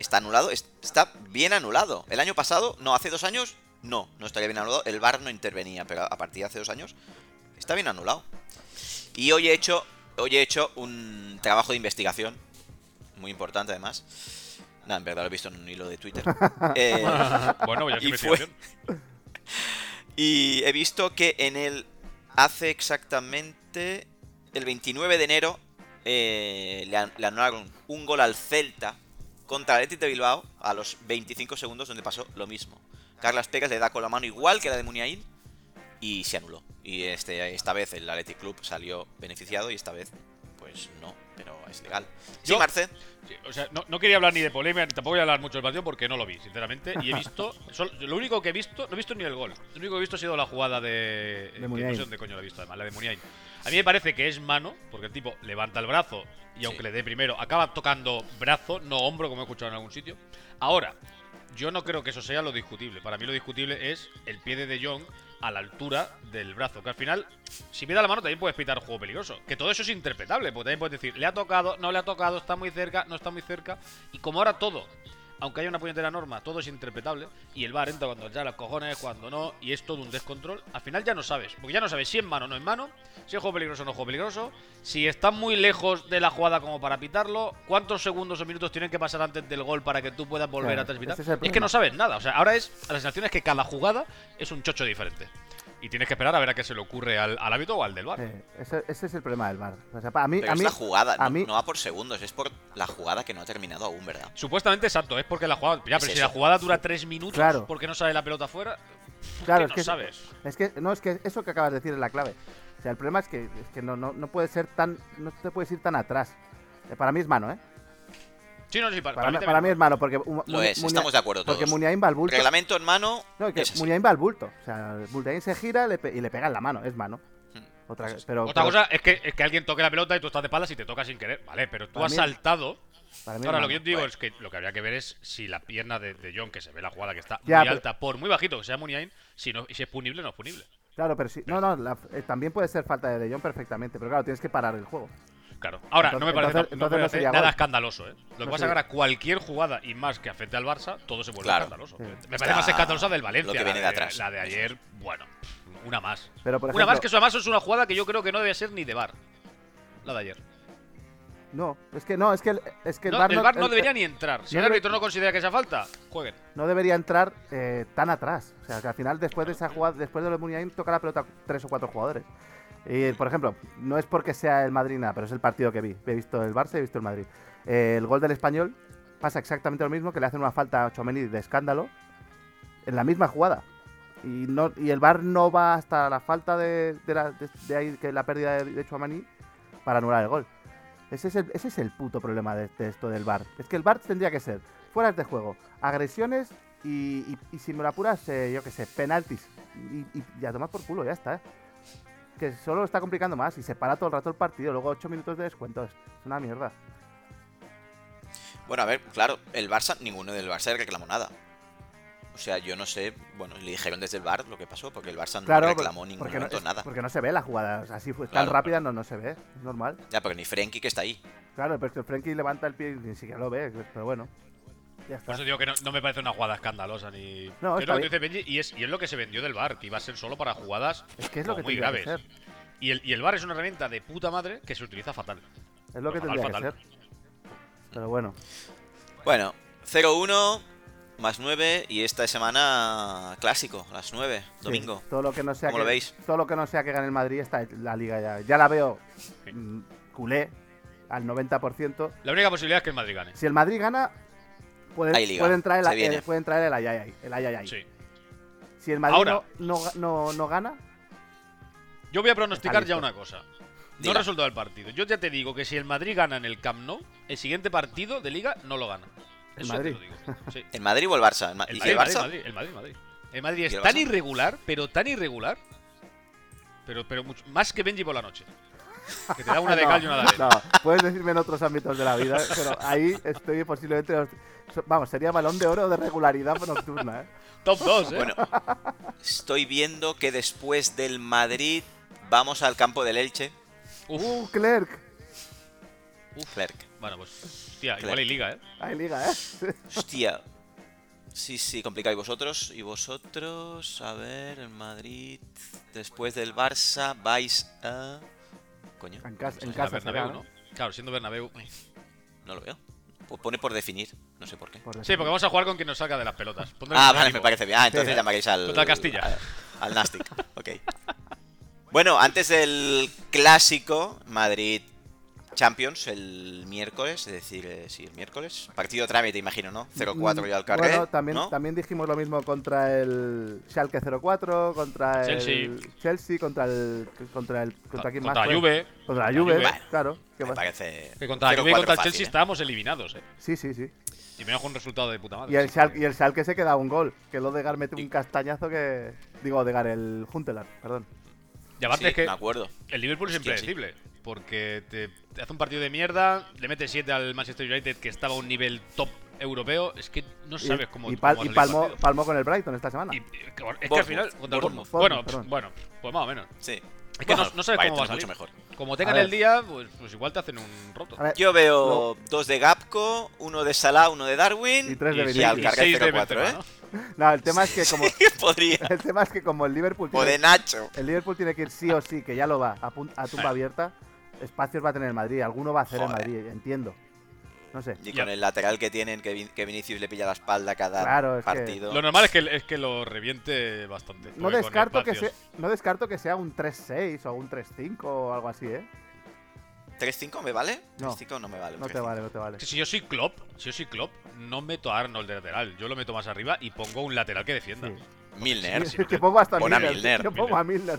Speaker 1: Está anulado, es- está bien anulado. El año pasado, no, hace dos años, no, no estaría bien anulado. El VAR no intervenía, pero a partir de hace dos años, está bien anulado. Y hoy he hecho, hoy he hecho un trabajo de investigación, muy importante además. Nada, en verdad lo he visto en un hilo de Twitter. Eh,
Speaker 4: Bueno, ya que
Speaker 1: y fue-
Speaker 4: investigación.
Speaker 1: y he visto que en el. Hace exactamente. El 29 de enero. eh, le, an- le anularon un gol al Celta. Contra el Athletic de Bilbao. A los 25 segundos, donde pasó lo mismo. Carlas Pérez le da con la mano igual que la de Muniain. Y se anuló. Y este, esta vez el Athletic Club salió beneficiado. Y esta vez, pues no. Pero es legal. Sí,
Speaker 4: Yo-
Speaker 1: Marce.
Speaker 4: Sí, o sea, no, no quería hablar ni de polémica, ni tampoco voy a hablar mucho del partido porque no lo vi, sinceramente. Y he visto. sol- lo único que he visto, no he visto ni el gol. Lo único que he visto ha sido la jugada de. que no
Speaker 3: Muniain.
Speaker 4: sé dónde coño la he visto, además, la de Muniain. A mí me parece que es mano, porque el tipo levanta el brazo y aunque
Speaker 1: Sí.
Speaker 4: le dé primero, acaba tocando brazo, no hombro, como he escuchado en algún sitio. Ahora, yo no creo que eso sea lo discutible. Para mí lo discutible es el pie de De Jong a la altura del brazo. Que al final, si pida la mano, también puedes pitar juego peligroso. Que todo eso es interpretable, porque también puedes decir, le ha tocado, no le ha tocado, está muy cerca, no está muy cerca. Y como ahora todo, aunque haya una puñetera norma, todo es interpretable. Y el bar entra cuando ya los cojones, cuando no, y es todo un descontrol. Al final ya no sabes, porque ya no sabes si es mano o no es mano, si es juego peligroso o no es juego peligroso, si está muy lejos de la jugada como para pitarlo, cuántos segundos o minutos tienen que pasar antes del gol para que tú puedas volver
Speaker 3: Claro,
Speaker 4: a transmitir.
Speaker 3: ese es el
Speaker 4: es que
Speaker 3: problema.
Speaker 4: no sabes nada. O sea, ahora es. La sensación es que cada jugada es un chocho diferente. Y tienes que esperar a ver a qué se le ocurre al, al hábito o al del bar.
Speaker 3: Eh, ese, ese es el problema del bar. O sea, pa- a mí,
Speaker 1: Pero
Speaker 3: a
Speaker 1: es
Speaker 3: mí,
Speaker 1: la jugada.
Speaker 3: a
Speaker 1: no-
Speaker 3: mí-
Speaker 1: no va por segundos. Es por la jugada que no ha terminado aún, ¿verdad?
Speaker 4: Supuestamente exacto, es porque la jugada. Ya,
Speaker 1: Es
Speaker 4: pero si
Speaker 1: eso.
Speaker 4: la jugada dura tres minutos
Speaker 3: Claro.
Speaker 4: porque no sale la pelota afuera,
Speaker 3: claro,
Speaker 4: ¿qué
Speaker 3: es
Speaker 4: no
Speaker 3: que,
Speaker 4: sabes?
Speaker 3: es que no es que eso que acabas de decir es la clave. O sea, el problema es que, es que no, no, no puedes ser tan, no te puedes ir tan atrás. Eh, Para mí es mano, ¿eh?
Speaker 4: Sí, no, sí, para,
Speaker 3: Para,
Speaker 4: para mí
Speaker 3: mí,
Speaker 4: también.
Speaker 3: para mí es mano, porque Mu-
Speaker 1: Lo
Speaker 3: Mu-
Speaker 1: es,
Speaker 3: Muña-
Speaker 1: estamos de acuerdo
Speaker 3: Porque
Speaker 1: todos.
Speaker 3: Muñain va al bulto.
Speaker 1: Reglamento en mano.
Speaker 3: No, que
Speaker 1: es así.
Speaker 3: Muñain va al bulto. O sea, Muñain se gira le pe- y le pega en la mano, es mano.
Speaker 1: Hmm.
Speaker 3: Otra,
Speaker 1: Eso es.
Speaker 3: pero,
Speaker 4: Otra
Speaker 3: pero
Speaker 4: cosa es que, es que alguien toque la pelota y tú estás de espaldas y te toca sin querer. Vale, pero tú
Speaker 3: Para
Speaker 4: has
Speaker 3: mí-
Speaker 4: saltado.
Speaker 3: para mí es
Speaker 4: Ahora, lo que
Speaker 3: mano.
Speaker 4: yo te digo
Speaker 1: Bueno.
Speaker 4: es que lo que habría que ver es si la pierna de, de John, que se ve la jugada que está
Speaker 3: Ya,
Speaker 4: muy
Speaker 3: pero-
Speaker 4: alta, por muy bajito que sea Muniain, si, no, si es punible o no es punible.
Speaker 3: Claro, pero sí. No, no, la- eh, también puede ser falta de De Jong perfectamente, pero claro, tienes que parar el juego.
Speaker 4: Claro. Ahora, no me
Speaker 3: Entonces-
Speaker 4: parece,
Speaker 3: entonces-
Speaker 4: no me
Speaker 3: entonces no
Speaker 4: parece
Speaker 3: sería
Speaker 4: nada
Speaker 3: gol.
Speaker 4: escandaloso, ¿eh? Lo que
Speaker 3: No
Speaker 4: pasa es que
Speaker 3: sería-
Speaker 4: ahora cualquier jugada y más que afecte al Barça, todo se vuelve
Speaker 1: Claro.
Speaker 4: escandaloso.
Speaker 3: Sí.
Speaker 4: Me parece más
Speaker 1: Está
Speaker 4: escandalosa del Valencia.
Speaker 1: lo que viene
Speaker 4: la
Speaker 1: de atrás.
Speaker 4: La de ayer, bueno, pff, una más.
Speaker 3: Pero por
Speaker 4: una
Speaker 3: ejemplo,
Speaker 4: más que eso además es una jugada que yo creo que no debe ser ni de bar. La de ayer.
Speaker 3: no, es que no, es que el, es que el
Speaker 4: No,
Speaker 3: VAR
Speaker 4: el bar no
Speaker 3: el-
Speaker 4: debería ni entrar. Si
Speaker 3: no
Speaker 4: el
Speaker 3: debe-
Speaker 4: árbitro no considera que esa falta, jueguen.
Speaker 3: no debería entrar eh, tan atrás. O sea, que al final después de esa jugada, después de lo de Muniain toca la pelota tres o cuatro jugadores. Y por ejemplo, no es porque sea el Madrid nada, pero es el partido que vi. He visto el Barça y he visto el Madrid. Eh, el gol del español pasa exactamente lo mismo, que le hacen una falta a Chomeni de escándalo en la misma jugada. Y, no, y el VAR no va hasta la falta de, de la, de- de ahí, que la pérdida de, de Tchouaméni para anular el gol. Ese es el, ese es el puto problema de, de esto del VAR. Es que el VAR tendría que ser fueras de juego, agresiones y, y, y si me lo apuras, eh, yo qué sé, penaltis. Y, y, y a tomar por culo, ya está. ¿eh? Que solo lo está complicando más y se para todo el rato el partido. Luego 8 minutos de descuento. Es una mierda.
Speaker 1: Bueno, a ver, claro, el Barça, ninguno del Barça reclamó nada. O sea, yo no sé, bueno, le dijeron desde el bar lo que pasó, porque el Barça no
Speaker 3: Claro,
Speaker 1: reclamó en ningún
Speaker 3: porque no,
Speaker 1: momento
Speaker 3: es-
Speaker 1: nada.
Speaker 3: porque no se ve la jugada. O sea, así fue tan
Speaker 1: Claro.
Speaker 3: rápida, no, no se ve. Es normal.
Speaker 1: Ya, porque ni Frenkie que está ahí.
Speaker 3: Claro, pero es que Frenkie levanta el pie y ni siquiera lo ve. Pero bueno. Ya
Speaker 4: Por
Speaker 3: está.
Speaker 1: Pues
Speaker 4: eso digo que no, no me parece una jugada escandalosa ni.
Speaker 3: No,
Speaker 4: Que
Speaker 3: está
Speaker 4: lo que
Speaker 3: bien.
Speaker 4: dice Benji, y es, y es lo que se vendió del bar, que iba a ser solo para jugadas
Speaker 3: Es que es lo
Speaker 4: como
Speaker 3: que
Speaker 4: muy
Speaker 3: tendría que
Speaker 4: graves.
Speaker 3: ser.
Speaker 4: Y el, y el bar es una herramienta de puta madre que se utiliza fatal.
Speaker 3: Es lo que
Speaker 4: Fatal,
Speaker 3: tendría que
Speaker 4: fatal.
Speaker 3: ser. Pero bueno.
Speaker 1: Bueno, 0-1 más 9 y esta semana clásico, las 9,
Speaker 3: sí,
Speaker 1: domingo.
Speaker 3: todo lo que no sea
Speaker 1: ¿Cómo lo
Speaker 3: que,
Speaker 1: veis?
Speaker 3: Todo lo que no sea que gane el Madrid está en la liga ya. Ya la veo mm, culé al 90%.
Speaker 4: La única posibilidad es que el Madrid gane.
Speaker 3: Si el Madrid gana, pueden,
Speaker 1: Hay liga,
Speaker 3: pueden traer,
Speaker 1: se
Speaker 3: el,
Speaker 1: viene.
Speaker 3: eh, pueden traer el ayayay. El ayayay.
Speaker 4: Sí.
Speaker 3: Si el Madrid
Speaker 4: Ahora.
Speaker 3: No, no, no- no gana,
Speaker 4: Yo voy a pronosticar
Speaker 3: Está
Speaker 4: ya
Speaker 3: listo.
Speaker 4: una cosa. No
Speaker 1: Dila.
Speaker 4: el resultado del partido. Yo ya te digo que si el Madrid gana en el Camp Nou, el siguiente partido de Liga no lo gana.
Speaker 3: ¿El
Speaker 4: Eso
Speaker 3: Madrid?
Speaker 4: te lo digo. Sí.
Speaker 1: ¿El Madrid o el Barça? El, Ma-
Speaker 4: El
Speaker 1: ¿Y
Speaker 4: Madrid,
Speaker 1: el
Speaker 4: Madrid, ¿eh?
Speaker 1: Barça?
Speaker 4: Madrid, el Madrid, Madrid. El Madrid
Speaker 1: ¿Y
Speaker 4: es
Speaker 1: el
Speaker 4: tan
Speaker 1: Barça?
Speaker 4: irregular, pero tan irregular, pero, pero mucho- más que Benji por la noche. Que te da una de cal y una de arena.
Speaker 3: ah, No, puedes decirme en otros ámbitos de la vida, pero ahí estoy posiblemente. los- so- Vamos, sería balón de oro de regularidad nocturna, ¿eh?
Speaker 4: Top 2, ¿eh?
Speaker 1: Bueno, estoy viendo que después del Madrid vamos al campo del Elche.
Speaker 4: Uf,
Speaker 3: ¡Uh, Clerk!
Speaker 4: uf.
Speaker 1: Clerc.
Speaker 4: Bueno, pues. Tía,
Speaker 1: Claro.
Speaker 4: igual hay liga, ¿eh?
Speaker 3: Hay liga, ¿eh?
Speaker 1: Hostia. Sí, sí, complicado. ¿Y vosotros? ¿Y vosotros? A ver, el Madrid. Después del Barça vais a. Coño.
Speaker 3: En casa, en
Speaker 4: Al
Speaker 3: casa
Speaker 4: Bernabéu,
Speaker 3: será, ¿no?
Speaker 4: ¿no? Claro, siendo Bernabéu.
Speaker 1: No lo veo. Pues pone por definir. No sé por qué.
Speaker 3: Por
Speaker 4: Sí,
Speaker 3: decir-
Speaker 4: porque vamos a jugar con quien nos saca de las pelotas. Pondré
Speaker 1: Ah,
Speaker 4: el
Speaker 1: vale,
Speaker 4: equipo.
Speaker 1: me parece bien. Ah, entonces
Speaker 3: Sí.
Speaker 1: llamaréis al.
Speaker 4: Total Castilla.
Speaker 1: a- Al Nastic. Ok. Bueno, antes del clásico Madrid Champions el miércoles, es decir, eh, sí, el miércoles. Partido trámite, imagino, ¿no? 0-4 yo al carré.
Speaker 3: Mm, Bueno, también,
Speaker 1: ¿no?
Speaker 3: también dijimos lo mismo contra el Schalke 04, contra el
Speaker 4: Chelsea.
Speaker 3: Chelsea, contra el contra el contra
Speaker 4: Contra,
Speaker 3: quién
Speaker 4: contra
Speaker 3: más eh. fue?
Speaker 4: Juve.
Speaker 3: contra la
Speaker 4: Contra
Speaker 3: Juve,
Speaker 4: Juve.
Speaker 3: claro. ¿qué
Speaker 1: Me
Speaker 3: más?
Speaker 1: parece.
Speaker 4: Que contra la Juve y
Speaker 1: 0-4
Speaker 4: contra el
Speaker 1: fácil,
Speaker 4: Chelsea
Speaker 1: ¿eh?
Speaker 4: estábamos eliminados, ¿eh?
Speaker 3: Sí, sí, sí.
Speaker 4: Y me con un resultado de puta madre.
Speaker 3: Y el,
Speaker 4: así
Speaker 3: Schalke,
Speaker 4: que-
Speaker 3: y el Schalke se queda un gol, que lo Odegar mete
Speaker 4: Y-
Speaker 3: un castañazo que digo Odegar el Juntelar, perdón.
Speaker 4: Y aparte
Speaker 1: Sí,
Speaker 4: es que
Speaker 1: me acuerdo.
Speaker 4: el Liverpool es
Speaker 1: Hostia, sí.
Speaker 4: impredecible. Porque te, te hace un partido de mierda, le mete 7 al Manchester United que estaba a un nivel top europeo. Es que no
Speaker 3: Y-
Speaker 4: sabes cómo.
Speaker 3: y, pal-
Speaker 4: cómo va a
Speaker 3: y
Speaker 4: salir el
Speaker 3: palmó,
Speaker 4: partido.
Speaker 3: palmó con el Brighton esta semana.
Speaker 4: Y- eh, es que al
Speaker 1: Bournemouth,
Speaker 4: final. Contra el
Speaker 1: Bournemouth,
Speaker 4: Bournemouth. Bueno,
Speaker 3: Bournemouth,
Speaker 4: bueno, pues más o menos.
Speaker 1: Sí.
Speaker 4: Es que no-
Speaker 1: Bueno,
Speaker 4: no sabes cómo
Speaker 1: Brighton
Speaker 4: va a
Speaker 1: es
Speaker 4: salir.
Speaker 1: mucho mejor.
Speaker 4: Como tengan
Speaker 3: ver.
Speaker 4: el día, pues, pues igual te hacen un roto.
Speaker 3: A ver,
Speaker 1: Yo veo dos de Gapco, uno de Salah, uno de Darwin
Speaker 3: Y tres de
Speaker 1: y
Speaker 3: Vinicius.
Speaker 1: al Carré
Speaker 4: seis de
Speaker 1: 0-4,
Speaker 4: Benzema,
Speaker 1: ¿eh?
Speaker 4: ¿no?
Speaker 3: no, el tema es que como
Speaker 1: Podría.
Speaker 3: el tema es que como el Liverpool
Speaker 1: O de
Speaker 3: tiene,
Speaker 1: Nacho.
Speaker 3: el Liverpool tiene que ir sí o sí, que ya lo va a, pun- a tumba abierta, espacios va a tener el Madrid, alguno va a hacer el
Speaker 1: Joder.
Speaker 3: Madrid, entiendo. No sé.
Speaker 1: Y
Speaker 4: Ya.
Speaker 1: con el lateral que tienen, que, Vin- que Vinicius le pilla la espalda cada
Speaker 3: Claro, es que-
Speaker 1: partido.
Speaker 4: Lo normal es que, es que lo reviente bastante.
Speaker 3: No
Speaker 4: porque con
Speaker 3: descarto, que sea,
Speaker 4: espacios-
Speaker 3: no descarto que sea un 3-6 o un 3-5 o algo así, ¿eh?
Speaker 1: 3-5 me vale?
Speaker 3: No.
Speaker 1: 3-5 no me vale. un
Speaker 3: No te
Speaker 1: 3-5.
Speaker 3: vale, no te vale.
Speaker 4: Si yo soy Klopp, si yo soy Klopp, no meto a Arnold de lateral. Yo lo meto más arriba y pongo un lateral que defienda.
Speaker 3: Sí.
Speaker 4: Sí,
Speaker 1: Milner.
Speaker 4: Sí, sí.
Speaker 3: que pongo hasta
Speaker 1: Pon a
Speaker 3: Milner.
Speaker 1: Milner,
Speaker 3: Yo pongo a Milner.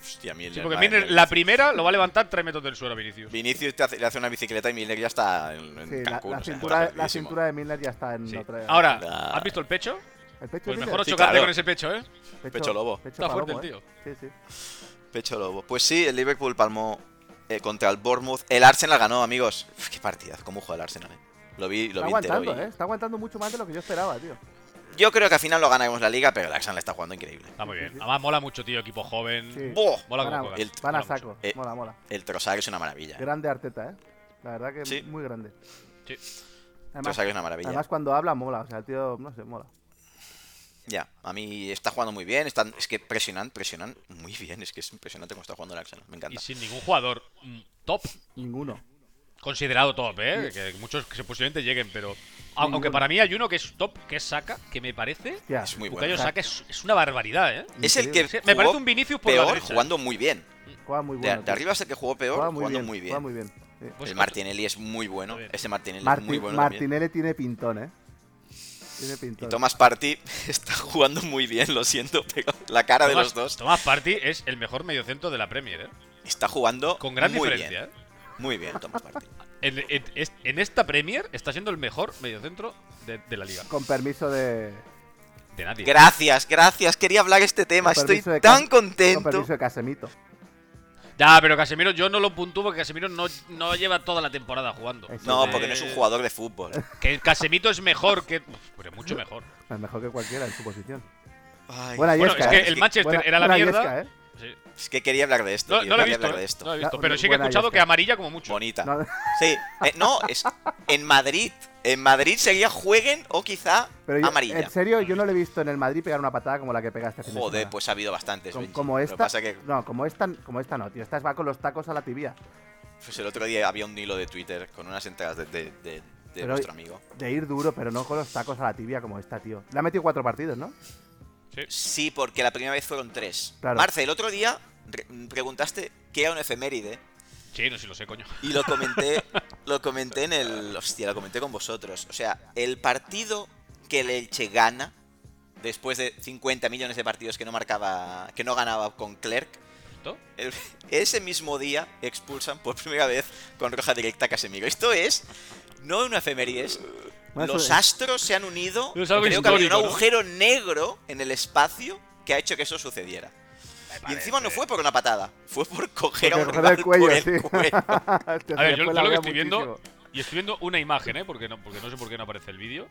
Speaker 1: Hostia, Milner.
Speaker 4: porque
Speaker 1: madre
Speaker 4: Milner,
Speaker 1: mía.
Speaker 4: la primera lo va a levantar tres metros del suelo a Vinicius.
Speaker 1: Vinicius te hace- le hace una bicicleta y Milner ya está en, en
Speaker 3: Sí, la,
Speaker 1: Cancún.
Speaker 3: la
Speaker 1: o sea,
Speaker 3: cintura,
Speaker 1: está
Speaker 3: la
Speaker 1: perdidísimo.
Speaker 3: cintura de Milner ya está en
Speaker 4: Sí.
Speaker 3: otra.
Speaker 4: Ahora,
Speaker 1: Nah.
Speaker 4: ¿has visto el pecho?
Speaker 3: el pecho
Speaker 4: Pues
Speaker 3: de
Speaker 4: mejor no
Speaker 1: Sí,
Speaker 4: chocarte
Speaker 1: claro.
Speaker 4: con ese pecho, ¿eh?
Speaker 3: Milner.
Speaker 1: pecho lobo.
Speaker 4: Está fuerte el
Speaker 3: palomo,
Speaker 4: tío.
Speaker 3: ¿eh? Sí, sí.
Speaker 1: Pecho lobo. Pues sí, el Liverpool palmó eh, contra el Bournemouth. El Arsenal ganó, amigos. Uf, qué partida, cómo juega el Arsenal, eh. Lo vi, lo
Speaker 3: Está
Speaker 1: vi entero.
Speaker 3: aguantando,
Speaker 1: y-
Speaker 3: ¿eh? Está aguantando mucho más de lo que yo esperaba, tío.
Speaker 1: Yo creo que al final lo ganaremos la liga, pero el Arsenal está jugando increíble.
Speaker 4: Está muy
Speaker 3: Sí,
Speaker 4: bien.
Speaker 3: sí, sí.
Speaker 4: Además, mola mucho, tío, equipo joven.
Speaker 3: Sí.
Speaker 1: ¡Boh!
Speaker 4: Mola
Speaker 3: Van a-
Speaker 4: como juegas.
Speaker 1: el-
Speaker 3: Van
Speaker 4: Mola
Speaker 3: a
Speaker 4: mucho.
Speaker 3: saco.
Speaker 1: Eh,
Speaker 3: Mola, mola.
Speaker 1: El Trossard es una maravilla. eh.
Speaker 3: Grande Arteta, ¿eh? La verdad que
Speaker 1: Sí.
Speaker 3: muy grande.
Speaker 4: Sí.
Speaker 3: Además,
Speaker 1: Trossard es una maravilla.
Speaker 3: además, cuando habla, mola. O sea, el tío, no sé, mola.
Speaker 1: Ya, a mí está jugando muy bien. están- es que presionan, presionan muy bien. Es que es impresionante cómo está jugando el Arsenal. Me
Speaker 4: Y
Speaker 1: encanta.
Speaker 4: sin ningún jugador mm, top,
Speaker 3: Ninguno.
Speaker 4: considerado top, ¿eh? Que muchos que se- posiblemente lleguen, pero. au-
Speaker 3: Ninguno.
Speaker 4: Aunque para mí hay uno que es top, que es Saka, que me parece.
Speaker 3: Hostia.
Speaker 1: Es muy
Speaker 4: Bukayo
Speaker 1: bueno.
Speaker 4: Saka es, es una barbaridad, ¿eh?
Speaker 1: Es el que
Speaker 4: Es que me parece
Speaker 1: jugó
Speaker 4: un Vinicius por la
Speaker 1: peor
Speaker 4: derecha.
Speaker 1: jugando muy bien.
Speaker 3: Juega muy
Speaker 1: De,
Speaker 3: bueno.
Speaker 1: de
Speaker 3: tío.
Speaker 1: arriba es el que jugó peor
Speaker 3: Juega
Speaker 1: jugando muy bien.
Speaker 3: Juega muy bien. sí.
Speaker 4: Pues
Speaker 1: el Martinelli es muy bueno.
Speaker 4: Está bien.
Speaker 1: Ese Martinelli es muy
Speaker 3: Marti-
Speaker 1: bueno también.
Speaker 3: Martinelli tiene pintón, ¿eh? Tiene pintón.
Speaker 1: Y Thomas Party está jugando muy bien, lo siento, pero la cara de
Speaker 4: Tomás-
Speaker 1: los dos
Speaker 4: Tomás Party es el mejor mediocentro de la Premier, ¿eh?
Speaker 1: está jugando
Speaker 4: Con gran
Speaker 1: muy
Speaker 4: diferencia,
Speaker 1: bien.
Speaker 4: ¿eh?
Speaker 1: Muy bien, Thomas Party.
Speaker 4: En, en- es- en esta Premier está siendo el mejor mediocentro de, de la liga.
Speaker 3: Con permiso de.
Speaker 4: De nadie.
Speaker 1: Gracias, gracias. Quería hablar este tema.
Speaker 3: Con
Speaker 1: Estoy
Speaker 3: permiso de
Speaker 1: tan
Speaker 3: Cas- Con
Speaker 1: contento.
Speaker 3: permiso de Casemito.
Speaker 4: Ya, pero Casemiro yo no lo puntúo porque Casemiro no, no lleva toda la temporada jugando.
Speaker 3: Eso
Speaker 1: No,
Speaker 4: Entonces,
Speaker 1: porque no es un jugador de fútbol.
Speaker 4: Que Casemiro es mejor que... Uf, Pero mucho mejor.
Speaker 3: Es mejor que cualquiera en su posición.
Speaker 1: Ay,
Speaker 3: Buena
Speaker 4: Bueno, es
Speaker 3: Yesca,
Speaker 4: que
Speaker 3: ¿eh?
Speaker 4: el Manchester
Speaker 3: Buena-
Speaker 4: este era la
Speaker 3: buena
Speaker 4: mierda.
Speaker 3: Yesca, ¿eh?
Speaker 4: Sí.
Speaker 1: es que quería hablar de esto.
Speaker 4: No,
Speaker 1: tío,
Speaker 4: no lo he
Speaker 1: quería
Speaker 4: visto,
Speaker 1: hablar de
Speaker 4: ¿eh?
Speaker 1: esto.
Speaker 4: No lo he visto,
Speaker 3: La-
Speaker 4: pero sí que he
Speaker 3: buena
Speaker 4: escuchado
Speaker 3: Yesca.
Speaker 4: que amarilla como mucho.
Speaker 1: Bonita.
Speaker 3: No,
Speaker 1: Sí, eh, no, es en Madrid. En Madrid sería jueguen o quizá
Speaker 3: pero yo-
Speaker 1: amarilla.
Speaker 3: En serio, yo no le he visto en el Madrid pegar una patada como la que pegaste. este Fin de
Speaker 1: Joder,
Speaker 3: semana.
Speaker 1: pues ha habido bastantes.
Speaker 3: Com-
Speaker 1: Benji.
Speaker 3: como
Speaker 1: Lo
Speaker 3: esta.
Speaker 1: que pasa que
Speaker 3: No, como esta, como esta no, tío. Esta va con los tacos a la tibia.
Speaker 1: pues, el otro día había un hilo de Twitter con unas entradas de, de- de- de
Speaker 3: Pero-
Speaker 1: nuestro amigo.
Speaker 3: De ir duro, pero no con los tacos a la tibia como esta, tío. Le ha metido cuatro partidos, ¿no?
Speaker 1: Sí, porque la primera vez fueron tres.
Speaker 3: Claro.
Speaker 1: Marce, el otro día re- preguntaste qué era un efeméride
Speaker 4: Sí, no sé, lo sé, coño.
Speaker 1: y lo comenté, lo comenté en el, hostia, lo comenté con vosotros. O sea, el partido que el Elche gana después de 50 millones de partidos que no marcaba, que no ganaba con Clerc,
Speaker 4: ¿Esto?
Speaker 1: el- ese mismo día expulsan por primera vez con roja directa a Casemiro. Esto es no una efeméride, es
Speaker 3: Más
Speaker 1: los
Speaker 3: o-
Speaker 1: astros se han unido.
Speaker 4: Es algo
Speaker 1: creo que ha habido un
Speaker 4: histórico, ¿no?
Speaker 1: agujero negro en el espacio que ha hecho que eso sucediera. Y encima no fue por una patada, fue por coger a un
Speaker 3: Porque coger
Speaker 1: rival
Speaker 3: el cuello,
Speaker 1: por el
Speaker 3: sí.
Speaker 1: cuello.
Speaker 3: Te
Speaker 4: A ver, yo-
Speaker 3: fue
Speaker 4: yo
Speaker 3: la
Speaker 4: lo que
Speaker 3: wea
Speaker 4: estoy viendo-
Speaker 3: muchísimo.
Speaker 4: Y estoy viendo una imagen, ¿eh? Porque no, porque no sé por qué no aparece el vídeo.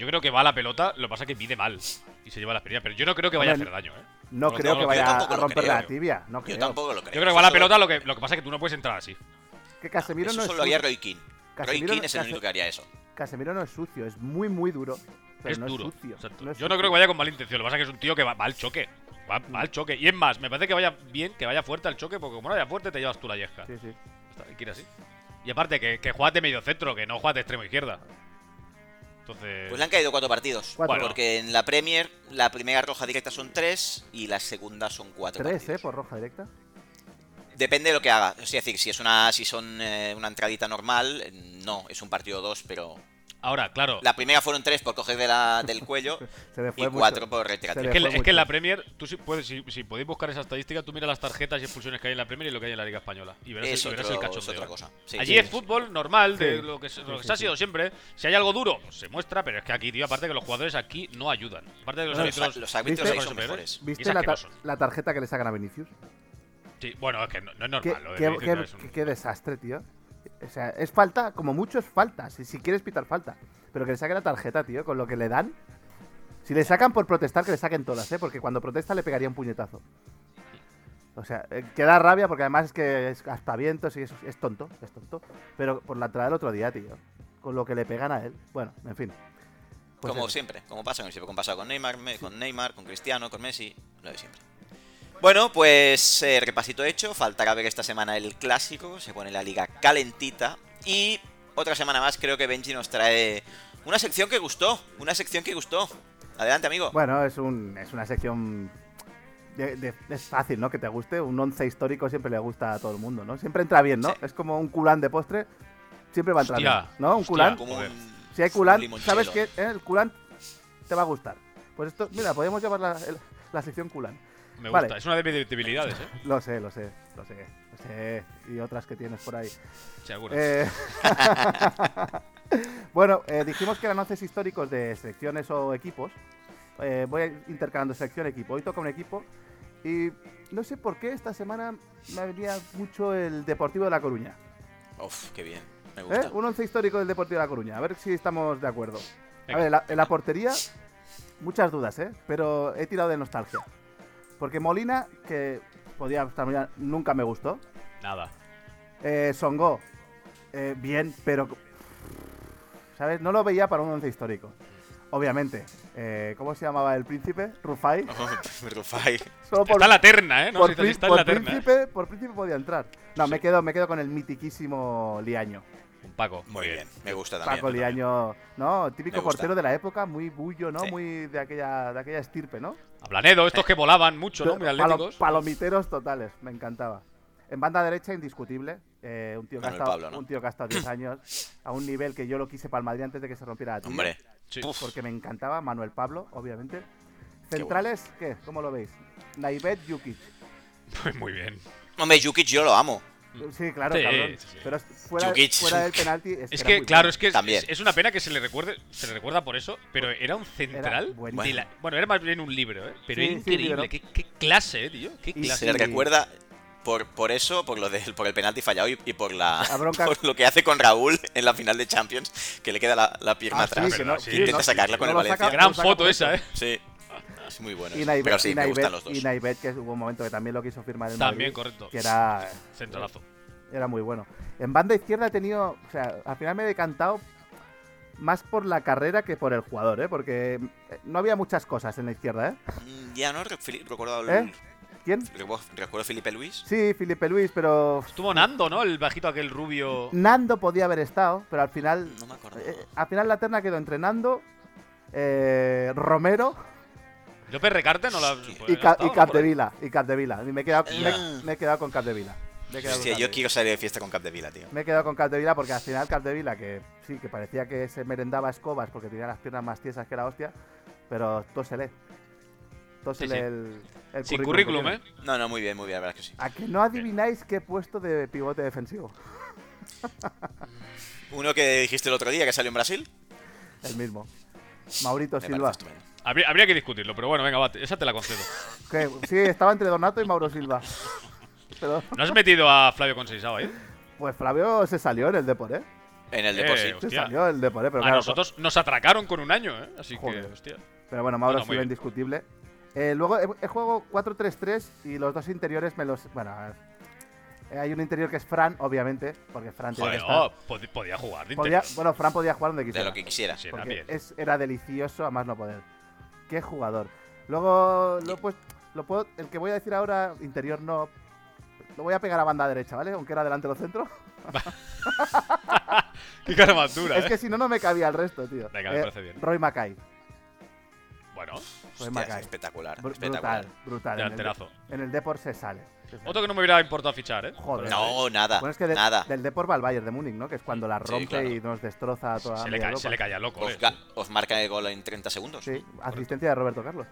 Speaker 4: Yo creo que va a la pelota, lo que pasa es que mide mal y se lleva la experiencia. Pero yo no creo que vaya a
Speaker 3: Hombre,
Speaker 4: hacer daño, ¿eh?
Speaker 3: No
Speaker 4: Yo
Speaker 3: creo que
Speaker 4: tampoco-
Speaker 1: yo
Speaker 3: vaya
Speaker 1: tampoco
Speaker 3: a
Speaker 1: lo
Speaker 3: romper
Speaker 1: creo.
Speaker 3: la tibia. No creo.
Speaker 1: Yo tampoco lo creo.
Speaker 4: Yo creo que va a la
Speaker 1: Eso-
Speaker 4: pelota, lo que, lo que pasa es que tú no puedes entrar así.
Speaker 3: Que Casemiro
Speaker 1: Eso
Speaker 3: no es
Speaker 1: solo haría
Speaker 3: sucio.
Speaker 1: Roy Keane. Roy
Speaker 3: Casemiro
Speaker 1: Keane
Speaker 3: no-
Speaker 1: es el
Speaker 3: Case-
Speaker 1: único que haría eso.
Speaker 3: Casemiro no es sucio, es muy, muy duro. Pero
Speaker 4: es
Speaker 3: no
Speaker 4: duro.
Speaker 3: Es sucio.
Speaker 4: exacto.
Speaker 3: No es
Speaker 4: yo no
Speaker 3: sucio. Mm.
Speaker 4: creo que vaya con mala intención. Lo que pasa es que es un tío que va, va al choque. Va, va al choque. Y es más, me parece que vaya bien, que vaya fuerte al choque, porque como no vaya fuerte, te llevas tú la yesca.
Speaker 3: Sí, sí.
Speaker 4: Está, hay que ir así. Y aparte, que, que juegas de medio centro, que no juegas de extremo izquierda. Entonces.
Speaker 1: Pues le han caído cuatro partidos.
Speaker 3: Cuatro.
Speaker 4: Bueno.
Speaker 1: Porque en la Premier, la primera roja directa son tres y la segunda son cuatro.
Speaker 3: Tres, ¿eh?
Speaker 1: partidos.
Speaker 3: Por roja directa.
Speaker 1: Depende de lo que haga. Es decir, si es una, si son eh, una entradita normal, eh, no, es un partido o dos, pero.
Speaker 4: Ahora, claro.
Speaker 1: La primera fueron tres por coger de la, del cuello
Speaker 3: Se le fue
Speaker 1: y
Speaker 3: mucho.
Speaker 1: cuatro por retrate.
Speaker 3: Se
Speaker 4: Es
Speaker 3: le-
Speaker 4: que,
Speaker 3: fue
Speaker 4: es que en
Speaker 3: mucho.
Speaker 4: la Premier, tú si, puedes, si, si podéis buscar esa estadística, tú miras las tarjetas y expulsiones que hay en la Premier y lo que hay en la Liga Española. Y verás,
Speaker 1: Es,
Speaker 4: y verás
Speaker 1: otro-
Speaker 4: el
Speaker 1: es
Speaker 4: cachondeo.
Speaker 1: otra cosa. Sí,
Speaker 4: Allí
Speaker 1: sí.
Speaker 4: es fútbol normal, de
Speaker 3: Sí.
Speaker 4: lo que, se- lo
Speaker 3: Sí,
Speaker 4: que
Speaker 3: sí,
Speaker 4: se ha
Speaker 3: sí.
Speaker 4: sido siempre. Si hay algo duro, pues se muestra, pero es que aquí, tío, aparte que los jugadores aquí no ayudan. Aparte de que los
Speaker 1: Los,
Speaker 4: árbitros.
Speaker 1: los árbitros
Speaker 3: ¿Viste?
Speaker 1: ahí son
Speaker 4: Por eso,
Speaker 1: mejores.
Speaker 4: Y es
Speaker 3: ¿Viste la, tar-
Speaker 4: asqueroso.
Speaker 3: la tarjeta que le sacan a Vinicius?
Speaker 4: Sí, bueno, es que no, no es
Speaker 3: ¿Qué,
Speaker 4: normal. lo de
Speaker 3: qué-
Speaker 4: Vinicius
Speaker 3: qué-
Speaker 4: no es un-
Speaker 3: qué- qué desastre, tío. O sea, es falta, como mucho es falta. Si, si quieres pitar falta. Pero que le saquen la tarjeta, tío, con lo que le dan. Si le sacan por protestar, que le saquen todas, ¿eh? Porque cuando protesta le pegaría un puñetazo. O sea, eh, que da rabia porque además es que es aspavientos y es, es tonto, es tonto. Pero por la entrada del otro día, tío. Con lo que le pegan a él. Bueno, en fin. Pues
Speaker 1: como
Speaker 3: eso.
Speaker 1: siempre, como pasa con siempre, como pasa con Neymar, me- con Neymar, con Cristiano, con Messi, lo de siempre. Bueno, pues eh, repasito hecho, faltará ver esta semana el clásico, se pone la liga calentita y otra semana más creo que Benji nos trae una sección que gustó, una sección que gustó. Adelante, amigo.
Speaker 3: Bueno, es, un, es una sección. de- de- es fácil, ¿no? Que te guste. Un once histórico siempre le gusta a todo el mundo, ¿no? Siempre entra bien, ¿no?
Speaker 1: Sí.
Speaker 3: Es como un culán de postre. Siempre va a entrar
Speaker 4: Hostia,
Speaker 3: bien, ¿no? Un
Speaker 4: hostia.
Speaker 3: culán.
Speaker 1: Como
Speaker 4: joder.
Speaker 1: un-
Speaker 3: pues, Si hay
Speaker 1: un
Speaker 3: culán,
Speaker 1: limonchelo.
Speaker 3: sabes que eh, el culán te va a gustar. Pues esto, mira, podemos llamar la, el- la sección culán.
Speaker 4: Me
Speaker 3: vale.
Speaker 4: gusta, es una de mis debilidades, ¿eh?
Speaker 3: Lo sé, lo sé, lo sé, lo sé. Y otras que tienes por ahí.
Speaker 4: Sí, alguna.
Speaker 3: Eh, bueno, eh, dijimos que eran once históricos de selecciones o equipos. Eh, voy a ir intercalando selección-equipo. Hoy toca un equipo y no sé por qué esta semana me venía mucho el Deportivo de La Coruña.
Speaker 1: Uf, qué bien. Me
Speaker 3: ¿eh?
Speaker 1: gusta.
Speaker 3: Un once histórico del Deportivo de La Coruña. A ver si estamos de acuerdo. A
Speaker 4: Venga.
Speaker 3: ver, en la, en la portería, muchas dudas, ¿eh? Pero he tirado de nostalgia. Porque Molina, que podía estar muy a- nunca me gustó.
Speaker 4: Nada.
Speaker 3: Eh, Songo, eh, bien, pero. ¿Sabes? No lo veía para un once histórico. Obviamente. Eh, ¿Cómo se llamaba el príncipe? Rufai.
Speaker 1: Rufai.
Speaker 3: Solo por,
Speaker 4: está en la terna, ¿eh? No
Speaker 3: por
Speaker 4: sé si
Speaker 3: prín-
Speaker 4: está en
Speaker 3: por
Speaker 4: la terna. ¿eh?
Speaker 3: príncipe, por príncipe podía entrar. No, me quedo, me quedo con el mitiquísimo Liaño.
Speaker 4: Un Paco.
Speaker 1: Muy bien, me gusta también.
Speaker 3: Paco Liaño, ¿no? Típico
Speaker 1: Me gusta.
Speaker 3: portero de la época, muy bullo, ¿no?
Speaker 1: Sí.
Speaker 3: Muy de aquella, de aquella estirpe, ¿no?
Speaker 4: Ablanedo, estos que volaban mucho, ¿no? Muy
Speaker 3: Eh, Palo-
Speaker 4: atléticos.
Speaker 3: palomiteros totales, me encantaba. En banda derecha, indiscutible. eh, un, tío que ha
Speaker 1: Manuel
Speaker 3: estado,
Speaker 1: Pablo, ¿no?
Speaker 3: un tío que ha estado 10 años a un nivel que yo lo quise para el Madrid antes de que se rompiera la tibia,
Speaker 1: Hombre,
Speaker 4: Sí.
Speaker 1: Uf.
Speaker 3: Porque me encantaba Manuel Pablo, obviamente.
Speaker 1: Qué
Speaker 3: Centrales, ¿qué? ¿Cómo lo veis? Naibet Jukic.
Speaker 4: Pues muy bien.
Speaker 1: hombre, Jukic yo lo amo.
Speaker 3: Sí, claro,
Speaker 4: Mm. Sí,
Speaker 3: cabrón.
Speaker 4: sí, sí.
Speaker 3: Pero fuera,
Speaker 1: Jukic es
Speaker 3: fuera
Speaker 1: un
Speaker 3: del
Speaker 1: crack.
Speaker 3: penalti.
Speaker 4: Es
Speaker 3: era
Speaker 4: que,
Speaker 3: muy
Speaker 4: claro,
Speaker 3: bueno.
Speaker 4: es que es,
Speaker 1: También.
Speaker 4: es una pena que se le recuerde, se le recuerda por eso, pero era un central.
Speaker 3: buenísimo.
Speaker 4: de la- bueno, era más bien un libro, ¿eh? Pero
Speaker 3: Sí, sí,
Speaker 4: increíble.
Speaker 3: libro.
Speaker 4: qué, qué clase, eh, tío. Qué
Speaker 3: Y
Speaker 4: clase.
Speaker 1: Se le
Speaker 3: Sí.
Speaker 1: recuerda por, por eso, por lo del, por el penalti fallado y, y por la
Speaker 3: La bronca-
Speaker 1: por lo que hace con Raúl en la final de Champions, que le queda la, la pierna
Speaker 3: Ah, sí,
Speaker 1: atrás.
Speaker 3: que
Speaker 4: no,
Speaker 1: que
Speaker 4: sí,
Speaker 1: intenta
Speaker 4: no, sí,
Speaker 1: sacarla
Speaker 4: sí.
Speaker 1: con
Speaker 3: No
Speaker 1: el
Speaker 3: lo saca-
Speaker 1: Valencia.
Speaker 4: Gran
Speaker 3: lo saca
Speaker 4: foto
Speaker 3: por
Speaker 4: esa, ¿eh?
Speaker 1: Sí. Es muy bueno.
Speaker 3: Y
Speaker 1: eso.
Speaker 3: Naibet,
Speaker 1: Pero sí,
Speaker 3: y
Speaker 1: me
Speaker 3: Naibet-
Speaker 1: gustan los dos.
Speaker 3: y Naibet, que hubo un momento que también lo quiso firmar el
Speaker 4: También,
Speaker 3: Madrid,
Speaker 4: correcto.
Speaker 3: Que era
Speaker 4: Centralazo.
Speaker 3: era muy bueno. En banda izquierda he tenido, o sea, al final me he decantado más por la carrera que por el jugador, ¿eh? Porque eh, no había muchas cosas en la izquierda, ¿eh?
Speaker 1: Mm, Ya no re- Fili- recuerdo al-
Speaker 3: ¿Eh? ¿Quién?
Speaker 1: recu- recuerdo a Felipe Luis.
Speaker 3: Sí, Felipe Luis, pero
Speaker 4: Estuvo Nando, ¿no? El bajito aquel rubio.
Speaker 3: Nando podía haber estado, pero al final,
Speaker 1: No me acuerdo.
Speaker 3: eh, al final la terna quedó entre Nando, eh, Romero
Speaker 4: López Recarte no la.
Speaker 1: Pues
Speaker 3: y,
Speaker 4: ha
Speaker 3: Ca-
Speaker 4: estado,
Speaker 3: y
Speaker 4: ¿no?
Speaker 3: Capdevila, y Capdevila. Y me he quedado, me,
Speaker 1: Ya.
Speaker 3: me he quedado con Capdevila. Me he quedado
Speaker 1: Hostia,
Speaker 3: con
Speaker 1: yo
Speaker 3: Capdevila.
Speaker 1: quiero salir de fiesta con Capdevila, tío.
Speaker 3: Me he quedado con Capdevila porque al final Capdevila, que sí, que parecía que se merendaba escobas porque tenía las piernas más tiesas que la hostia, pero tósele. Tósele
Speaker 4: Sí, sí.
Speaker 3: el, el
Speaker 4: Sin
Speaker 3: currículum
Speaker 4: currículum,
Speaker 3: que
Speaker 4: ¿eh?
Speaker 3: tiene.
Speaker 1: No, no, muy bien, muy bien, la verdad es que sí.
Speaker 3: A que no adivináis qué puesto de pivote defensivo.
Speaker 1: Uno que dijiste el otro día que salió en Brasil.
Speaker 3: El mismo. Maurito
Speaker 1: Me parece
Speaker 3: Silva.
Speaker 1: estupendo.
Speaker 4: Habría, habría que discutirlo, pero bueno, venga, va, te- esa te la concedo.
Speaker 3: Que, sí, estaba entre Donato y Mauro Silva. Pero,
Speaker 4: ¿No has metido a Flavio Conceizao ahí?
Speaker 3: pues Flavio se salió en el Deporé.
Speaker 1: En el
Speaker 4: Eh,
Speaker 1: depósito.
Speaker 3: Se
Speaker 4: Hostia. Ah,
Speaker 3: salió el Deporé, pero
Speaker 4: a
Speaker 3: claro,
Speaker 4: nosotros nos atracaron con un año, ¿eh? Así
Speaker 3: Joder.
Speaker 4: que, hostia.
Speaker 3: Pero bueno, Mauro
Speaker 4: No, no, muy
Speaker 3: Silva
Speaker 4: bien.
Speaker 3: indiscutible. Eh, luego he, he jugado 4-3-3 y los dos interiores me los. Bueno, a ver. Eh, hay un interior que es Fran, obviamente, porque Fran tiene que
Speaker 4: Joder,
Speaker 3: estar.
Speaker 4: oh, pod- podía jugar de
Speaker 3: Podía-
Speaker 4: interior.
Speaker 3: bueno, Fran podía jugar donde
Speaker 1: De
Speaker 3: quisiera.
Speaker 1: lo que quisieras.
Speaker 4: Sí,
Speaker 3: porque
Speaker 4: también.
Speaker 3: es- era delicioso a más no poder. Qué jugador. Luego, lo, pues, lo puedo, el que voy a decir ahora, interior no. Lo voy a pegar a banda derecha, ¿vale? Aunque era delante del centro.
Speaker 4: Qué cara más dura,
Speaker 3: Es
Speaker 4: ¿eh?
Speaker 3: que si no, no me cabía el resto, tío. Eh,
Speaker 4: Venga, me parece bien.
Speaker 3: Roy Mackay.
Speaker 4: Bueno,
Speaker 3: Roy
Speaker 1: Hostia,
Speaker 4: este
Speaker 3: Mackay.
Speaker 1: espectacular.
Speaker 3: Pues Br-
Speaker 1: espectacular.
Speaker 3: brutal, brutal. En el,
Speaker 4: delanterazo.
Speaker 3: en el Depor se sale. Se sale.
Speaker 4: Otro que no me hubiera importado fichar, ¿eh?
Speaker 3: Joder.
Speaker 1: No, nada.
Speaker 3: Pues Bueno, es que de-
Speaker 1: nada.
Speaker 3: del Depor va al Bayern de Múnich, ¿no? Que es cuando la
Speaker 1: Sí,
Speaker 3: rompe
Speaker 1: claro.
Speaker 3: y nos destroza a toda
Speaker 4: Se le,
Speaker 3: media
Speaker 4: ca-
Speaker 3: Europa.
Speaker 4: se le caía loco,
Speaker 1: Os,
Speaker 4: ¿eh?
Speaker 1: ga- os marca el gol en 30 segundos.
Speaker 3: Sí, Eh, asistencia de Roberto Carlos.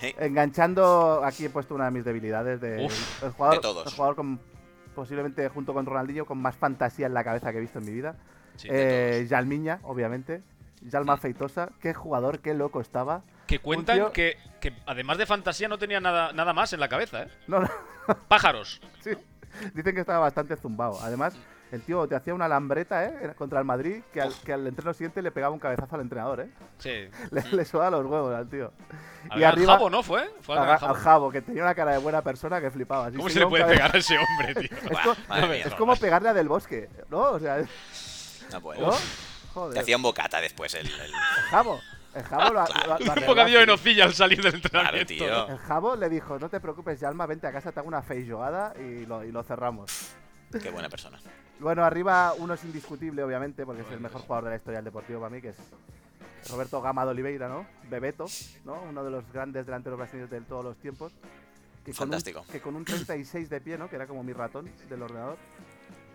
Speaker 1: Sí.
Speaker 3: Enganchando, aquí he puesto una de mis debilidades de
Speaker 4: Uf,
Speaker 3: el jugador,
Speaker 1: de todos.
Speaker 3: el jugador con posiblemente junto con Ronaldinho con más fantasía en la cabeza que he visto en mi vida.
Speaker 4: Sí.
Speaker 3: Eh, Jalmiña, obviamente. Jalma
Speaker 1: Mm.
Speaker 3: Feitosa, qué jugador, qué loco estaba.
Speaker 4: Que cuentan
Speaker 3: tío-
Speaker 4: que, que además de fantasía no tenía nada, nada más en la cabeza, ¿eh?
Speaker 3: No, no,
Speaker 4: Pájaros.
Speaker 3: sí. Dicen que estaba bastante zumbado. Además, el tío te hacía una lambreta, ¿eh? Era Contra el Madrid, que al, que al entreno siguiente le pegaba un cabezazo al entrenador, ¿eh?
Speaker 4: Sí.
Speaker 3: Le, le sudaba los huevos al tío.
Speaker 4: Al
Speaker 3: Y
Speaker 4: Gran
Speaker 3: arriba-
Speaker 4: Jabo, ¿no fue? Fue al
Speaker 3: Al,
Speaker 4: Gran
Speaker 3: al
Speaker 4: Jabo.
Speaker 3: Jabo, que tenía una cara de buena persona que flipaba.
Speaker 4: ¿Cómo se le puede pegar a ese hombre, tío?
Speaker 3: Es,
Speaker 1: Buah,
Speaker 3: co-
Speaker 1: madre mía,
Speaker 3: es
Speaker 1: no,
Speaker 3: como pegarle a Del Bosque, ¿no? O sea,
Speaker 1: no puedo.
Speaker 3: ¿no?
Speaker 1: Te
Speaker 3: Joder.
Speaker 1: hacía un bocata después el. el-
Speaker 3: El Jabo. El Jabo lo, lo- lo
Speaker 4: Un
Speaker 3: arregló
Speaker 4: bocadillo de
Speaker 3: así.
Speaker 4: nocilla al salir del
Speaker 1: Claro,
Speaker 4: entrenamiento.
Speaker 1: tío.
Speaker 3: El Jabo le dijo, no te preocupes, Yalma, vente a casa, te hago una feijoada y lo, y lo cerramos.
Speaker 1: Qué buena persona.
Speaker 3: Bueno, arriba uno es indiscutible, obviamente, porque es el mejor jugador de la historia del deportivo para mí, que es Roberto Gama de Oliveira, ¿no? Bebeto, ¿no? Uno de los grandes delanteros brasileños de todos los tiempos. Que con un-
Speaker 1: Fantástico.
Speaker 3: que con un 36 de pie, ¿no? Que era como mi ratón del ordenador.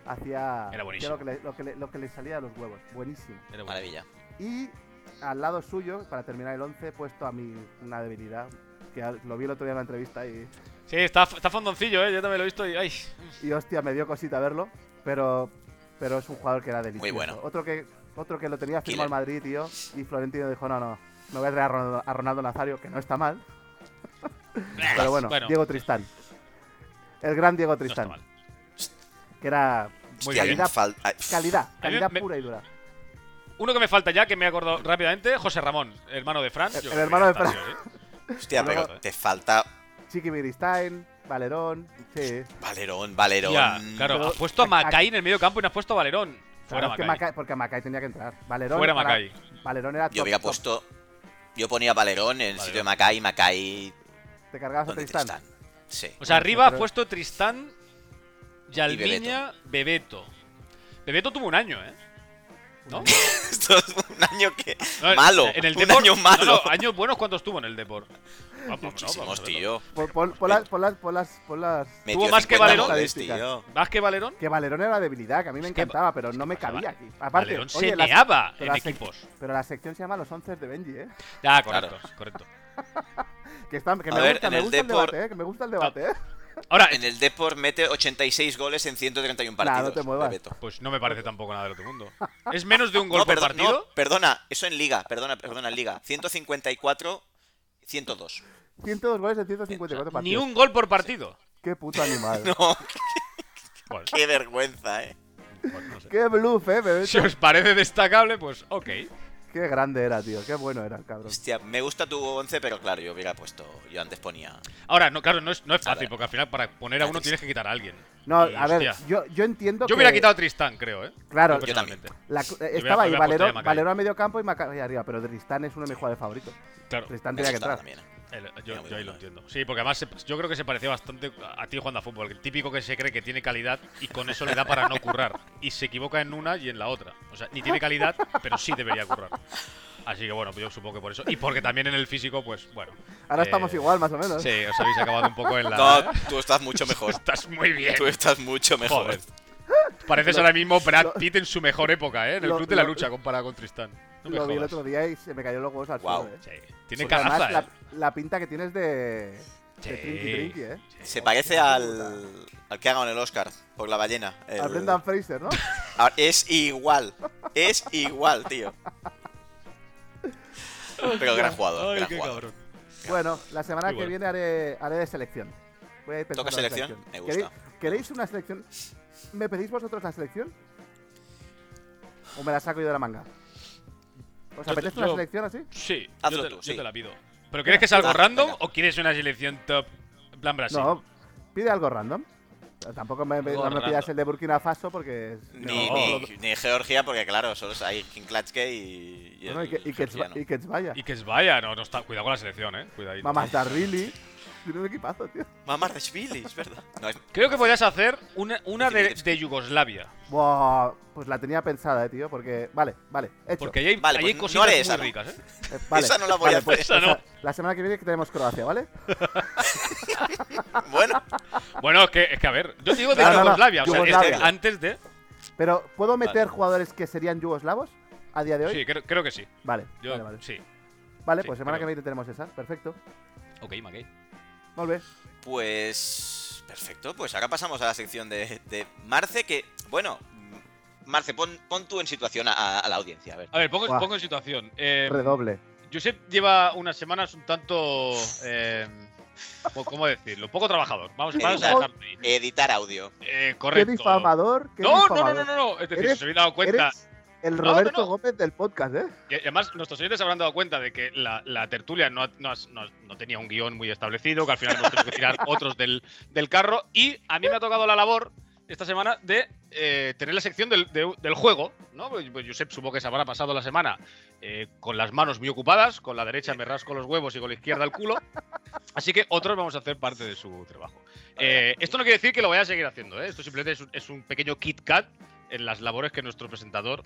Speaker 3: Hacía
Speaker 4: Era
Speaker 3: hacía
Speaker 4: buenísimo.
Speaker 3: lo que, le, lo, que le, lo que le salía de los huevos. Buenísimo.
Speaker 4: Era bueno.
Speaker 1: Maravilla.
Speaker 3: Y al lado suyo, para terminar el 11, he puesto a mí una debilidad. Que al- lo vi el otro día en la entrevista y,
Speaker 4: Sí, está, está fondoncillo, ¿eh? Yo también lo he visto y... ¡Ay!
Speaker 3: y hostia, me dio cosita verlo. Pero, pero es un jugador que era delicioso.
Speaker 1: bueno.
Speaker 3: Otro que, otro que lo tenía
Speaker 1: Killer.
Speaker 3: firmado al Madrid, tío. Y Florentino dijo: No, no, me voy a traer a Ronaldo, a Ronaldo Nazario, que no está mal. Pero bueno, Diego Tristán. El gran Diego
Speaker 4: no está
Speaker 3: Tristán.
Speaker 4: mal.
Speaker 3: que era
Speaker 4: Muy
Speaker 1: Hostia,
Speaker 4: bien.
Speaker 1: qué fal- ay, pff,
Speaker 3: calidad,
Speaker 4: me-
Speaker 3: calidad
Speaker 4: me-
Speaker 3: pura y dura.
Speaker 4: Uno que me falta ya, que me he acordado rápidamente, José Ramón, hermano de Fran.
Speaker 3: El-
Speaker 4: Yo
Speaker 3: el
Speaker 4: creo que
Speaker 3: hermano de
Speaker 4: ya está,
Speaker 3: Fran.
Speaker 4: tío, ¿eh?
Speaker 1: Hostia,
Speaker 4: Luego-
Speaker 1: pero te falta
Speaker 3: Chiqui Biristain, Valerón, sí.
Speaker 1: Valerón, Valerón.
Speaker 4: Ya, claro,
Speaker 3: Pero-
Speaker 4: has puesto a Macay en el medio campo y no has puesto a Valerón. Fuera
Speaker 3: Claro, es que
Speaker 4: Macay.
Speaker 3: Macay- porque Macay tenía que entrar. Valerón
Speaker 4: Fuera
Speaker 3: para-
Speaker 4: Macay.
Speaker 3: Valerón era
Speaker 1: Yo
Speaker 3: top,
Speaker 1: había
Speaker 3: top.
Speaker 1: puesto. Yo ponía Valerón en el sitio de Macay, Macay.
Speaker 3: Te cargabas a
Speaker 1: Donde
Speaker 3: Tristán.
Speaker 1: Tristán. Sí.
Speaker 4: O sea, arriba has
Speaker 3: Pero-
Speaker 4: puesto Tristán, Yalviña, Bebeto. Bebeto tuvo un año, ¿eh? ¿No?
Speaker 1: Esto es un año que.
Speaker 4: No,
Speaker 1: malo.
Speaker 4: En el
Speaker 1: un
Speaker 4: Depor-
Speaker 1: año malo.
Speaker 4: No, no, años buenos cuántos tuvo en el Depor. Vamos, vamos, vamos
Speaker 1: Muchísimos,
Speaker 4: a verlo.
Speaker 1: tío.
Speaker 3: Pon, pon- pon las, pon las- pon las- pon las-
Speaker 1: Metió
Speaker 4: Tuvo más que
Speaker 1: 50
Speaker 4: Valerón.
Speaker 1: goles,
Speaker 3: Estadísticas.
Speaker 1: tío.
Speaker 4: ¿Más que Valerón?
Speaker 3: Que Valerón era la debilidad, que a mí me
Speaker 4: Es que-
Speaker 3: encantaba, pero no me
Speaker 4: Vale,
Speaker 3: cabía
Speaker 4: vale.
Speaker 3: aquí. Aparte,
Speaker 4: Valerón
Speaker 3: oye,
Speaker 4: se
Speaker 3: la-
Speaker 4: meaba
Speaker 3: pero
Speaker 4: en
Speaker 3: la sec-
Speaker 4: equipos.
Speaker 3: Pero la sección se llama Los Once de Benji, ¿eh?
Speaker 4: Ah, correcto, correcto.
Speaker 3: Que, está, que
Speaker 1: A
Speaker 3: me,
Speaker 1: ver,
Speaker 3: gusta,
Speaker 1: en
Speaker 3: me
Speaker 1: el
Speaker 3: gusta el
Speaker 1: Depor-
Speaker 3: debate, ¿eh? Que me gusta el debate, ¿eh?
Speaker 4: Ahora,
Speaker 1: En el Deport mete 86 goles en 131
Speaker 3: Nah, no
Speaker 1: partidos.
Speaker 3: te muevas.
Speaker 1: Bebeto.
Speaker 4: pues no me parece tampoco nada del otro mundo. ¿Es menos de un gol
Speaker 1: No,
Speaker 4: por
Speaker 1: perdón-
Speaker 4: partido?
Speaker 1: no, perdona, eso en Liga, perdona, perdona, en Liga. 154, 102.
Speaker 3: 102 goles en 154
Speaker 4: Ni
Speaker 3: partidos.
Speaker 4: un gol por partido.
Speaker 3: Qué puto animal.
Speaker 1: No,
Speaker 4: Bueno,
Speaker 1: qué vergüenza, eh.
Speaker 4: bueno, no sé.
Speaker 3: Qué bluff, ¿eh? Bebeto?
Speaker 4: Si os parece destacable, pues ok.
Speaker 3: Qué grande era, tío. Qué bueno era el cabrón.
Speaker 1: Hostia, me gusta tu 11, pero claro, yo hubiera puesto. Yo antes ponía.
Speaker 4: Ahora, no, claro, no es, no es
Speaker 1: A
Speaker 4: fácil,
Speaker 1: ver.
Speaker 4: porque al final para poner a uno
Speaker 1: Gracias.
Speaker 4: tienes que quitar a alguien.
Speaker 3: No,
Speaker 4: Y,
Speaker 3: a ver,
Speaker 4: hostia,
Speaker 3: yo, yo entiendo
Speaker 4: Yo
Speaker 3: que...
Speaker 4: hubiera quitado a Tristán, creo, ¿eh.
Speaker 3: Claro,
Speaker 1: Yo también.
Speaker 4: personalmente.
Speaker 3: la- eh,
Speaker 4: hubiera-
Speaker 3: estaba ahí
Speaker 4: hubiera puesto
Speaker 3: Valerón,
Speaker 4: ya Macay.
Speaker 3: Valerón a medio campo y Macay arriba, pero Tristán es uno de mis jugadores favoritos.
Speaker 4: Claro,
Speaker 3: Tristán
Speaker 1: Me
Speaker 3: tenía que
Speaker 1: gustaba
Speaker 3: entrar.
Speaker 1: también. eh.
Speaker 4: el- yo,
Speaker 1: muy
Speaker 4: yo ahí
Speaker 1: bien.
Speaker 4: lo entiendo. Sí, porque además se- yo creo que se parecía bastante a ti jugando a fútbol, el típico que se cree que tiene calidad y con eso le da para no currar. Y se equivoca en una y en la otra. O sea, ni tiene calidad, pero sí debería currar. Así que bueno, pues yo supongo que por eso. Y porque también en el físico, pues bueno.
Speaker 3: Ahora
Speaker 4: eh,
Speaker 3: estamos igual, más o menos.
Speaker 4: Sí, os habéis acabado un poco en la.
Speaker 1: No, tú estás mucho mejor.
Speaker 4: Estás muy bien.
Speaker 1: Tú estás mucho mejor.
Speaker 4: Joder. Pareces ahora mismo Brad Pitt en su mejor época, ¿eh? En el
Speaker 3: lo-
Speaker 4: club de la
Speaker 3: lo-
Speaker 4: lucha comparado con Tristán. No me
Speaker 3: Lo vi el
Speaker 4: jodas.
Speaker 3: otro día y se me cayó los huevos al
Speaker 1: Guau.
Speaker 3: suelo, ¿eh?
Speaker 4: Sí. Tiene
Speaker 3: Porque además,
Speaker 4: cagaza, ¿eh?
Speaker 3: la, la pinta que tienes de. de trinqui trinqui, ¿eh?
Speaker 1: Se parece al, al que ha ganado el Oscar por la ballena. el-
Speaker 3: Al Brendan Fraser, ¿no?
Speaker 1: Ah, Es igual. Es igual, tío. Pero gran jugador,
Speaker 4: Ay,
Speaker 1: gran
Speaker 4: qué
Speaker 1: jugador.
Speaker 4: cabrón.
Speaker 3: Bueno, la semana
Speaker 4: Muy
Speaker 3: que
Speaker 4: bueno.
Speaker 3: viene haré, haré de selección. Voy a ir pensando
Speaker 1: ¿Toca
Speaker 3: en
Speaker 1: selección? Me gusta.
Speaker 3: ¿Queréis, queréis una selección? ¿Me pedís vosotros la selección? ¿O me la saco yo de la manga? ¿Os
Speaker 4: Yo-
Speaker 3: apetece una
Speaker 4: yo-
Speaker 3: selección así?
Speaker 4: Sí,
Speaker 1: Hazlo
Speaker 4: yo, te,
Speaker 1: tú,
Speaker 4: yo
Speaker 1: sí.
Speaker 4: te la pido. ¿Pero quieres que sea algo
Speaker 1: Ah,
Speaker 4: random
Speaker 1: venga.
Speaker 4: o quieres una selección top? En plan Brasil.
Speaker 3: No, pide algo random. Pero Tampoco me, me-
Speaker 4: Algo
Speaker 3: no me pidas
Speaker 4: random.
Speaker 3: el de Burkina Faso porque. es-
Speaker 1: Ni,
Speaker 4: No.
Speaker 1: ni, ni Georgia, porque claro, solo hay Kinklatske y. y
Speaker 3: Bueno, y
Speaker 1: el
Speaker 3: que, y que,
Speaker 1: georgiano.
Speaker 3: y que vaya.
Speaker 4: Y que es vaya, no, no está. Cuidado con la selección, eh. Cuidadito.
Speaker 3: Mamá Tarrilli. Tiene un equipazo, tío.
Speaker 1: Mamardashvili, es verdad. No, es-
Speaker 4: Creo que podrías hacer una, una de,
Speaker 1: Dimitrescu.
Speaker 4: de Yugoslavia.
Speaker 3: Buah, pues la tenía pensada, eh, tío, porque. Vale, vale, hecho.
Speaker 4: Porque ahí hay,
Speaker 1: Vale,
Speaker 4: ahí
Speaker 1: pues
Speaker 4: hay
Speaker 1: no
Speaker 4: cositas
Speaker 1: haré
Speaker 4: muy
Speaker 1: esa, ¿no?
Speaker 4: ricas, eh.
Speaker 3: Eh, vale,
Speaker 1: Esa no la voy
Speaker 3: vale,
Speaker 1: a
Speaker 3: pues,
Speaker 1: hacer.
Speaker 4: Esa no.
Speaker 3: La semana que viene que tenemos Croacia, ¿vale?
Speaker 1: bueno,
Speaker 4: Bueno, es que, es que a ver. Yo digo de
Speaker 3: No, no, no,
Speaker 4: Yugoslavia, o sea, es que
Speaker 1: Yugoslavia.
Speaker 4: antes de.
Speaker 3: Pero, ¿puedo meter
Speaker 1: Vale.
Speaker 3: jugadores que serían yugoslavos a día de hoy?
Speaker 4: Sí, creo, creo que sí.
Speaker 3: Vale,
Speaker 4: Yo,
Speaker 3: vale, vale.
Speaker 4: sí.
Speaker 3: Vale,
Speaker 4: sí,
Speaker 3: pues semana
Speaker 4: creo.
Speaker 3: que viene tenemos esa. Perfecto.
Speaker 4: Ok, Mackey.
Speaker 3: Molt bé.
Speaker 1: pues. Perfecto, pues ahora pasamos a la sección de, de Marce, que. Bueno, Marce, pon, pon tú en situación a- a, a la audiencia, a ver.
Speaker 4: A ver, pongo,
Speaker 3: Buah.
Speaker 4: pongo en situación. Eh,
Speaker 3: Redoble.
Speaker 4: Josep lleva unas semanas un tanto. eh, po- ¿Cómo decirlo? Poco trabajador. Vamos, vamos a
Speaker 1: Exacto.
Speaker 4: dejarlo ahí.
Speaker 1: Editar audio.
Speaker 4: Eh,
Speaker 3: Qué
Speaker 4: correcto.
Speaker 3: difamador, qué
Speaker 4: No, no, no,
Speaker 3: difamador.
Speaker 4: no, no, no. Es decir,
Speaker 3: Eres-
Speaker 4: si os habéis dado cuenta.
Speaker 3: Eres el
Speaker 4: No,
Speaker 3: Roberto
Speaker 4: no, no.
Speaker 3: Gómez del podcast, ¿eh?
Speaker 4: Y además, nuestros oyentes se habrán dado cuenta de que la, la tertulia no, ha- no has- no- no tenía un guión muy establecido, que al final hemos tenido que tirar otros del, del carro. Y a mí me ha tocado la labor esta semana de eh, tener la sección del, de- del juego. ¿no? Pues, pues, Josep, supongo que se habrá pasado la semana eh, con las manos muy ocupadas, con la derecha me rasco los huevos y con la izquierda el culo. Así que otros vamos a hacer parte de su trabajo. Eh, esto no quiere decir que lo vaya a seguir haciendo, ¿eh? esto simplemente es un, es un pequeño Kit Kat en las labores que nuestro presentador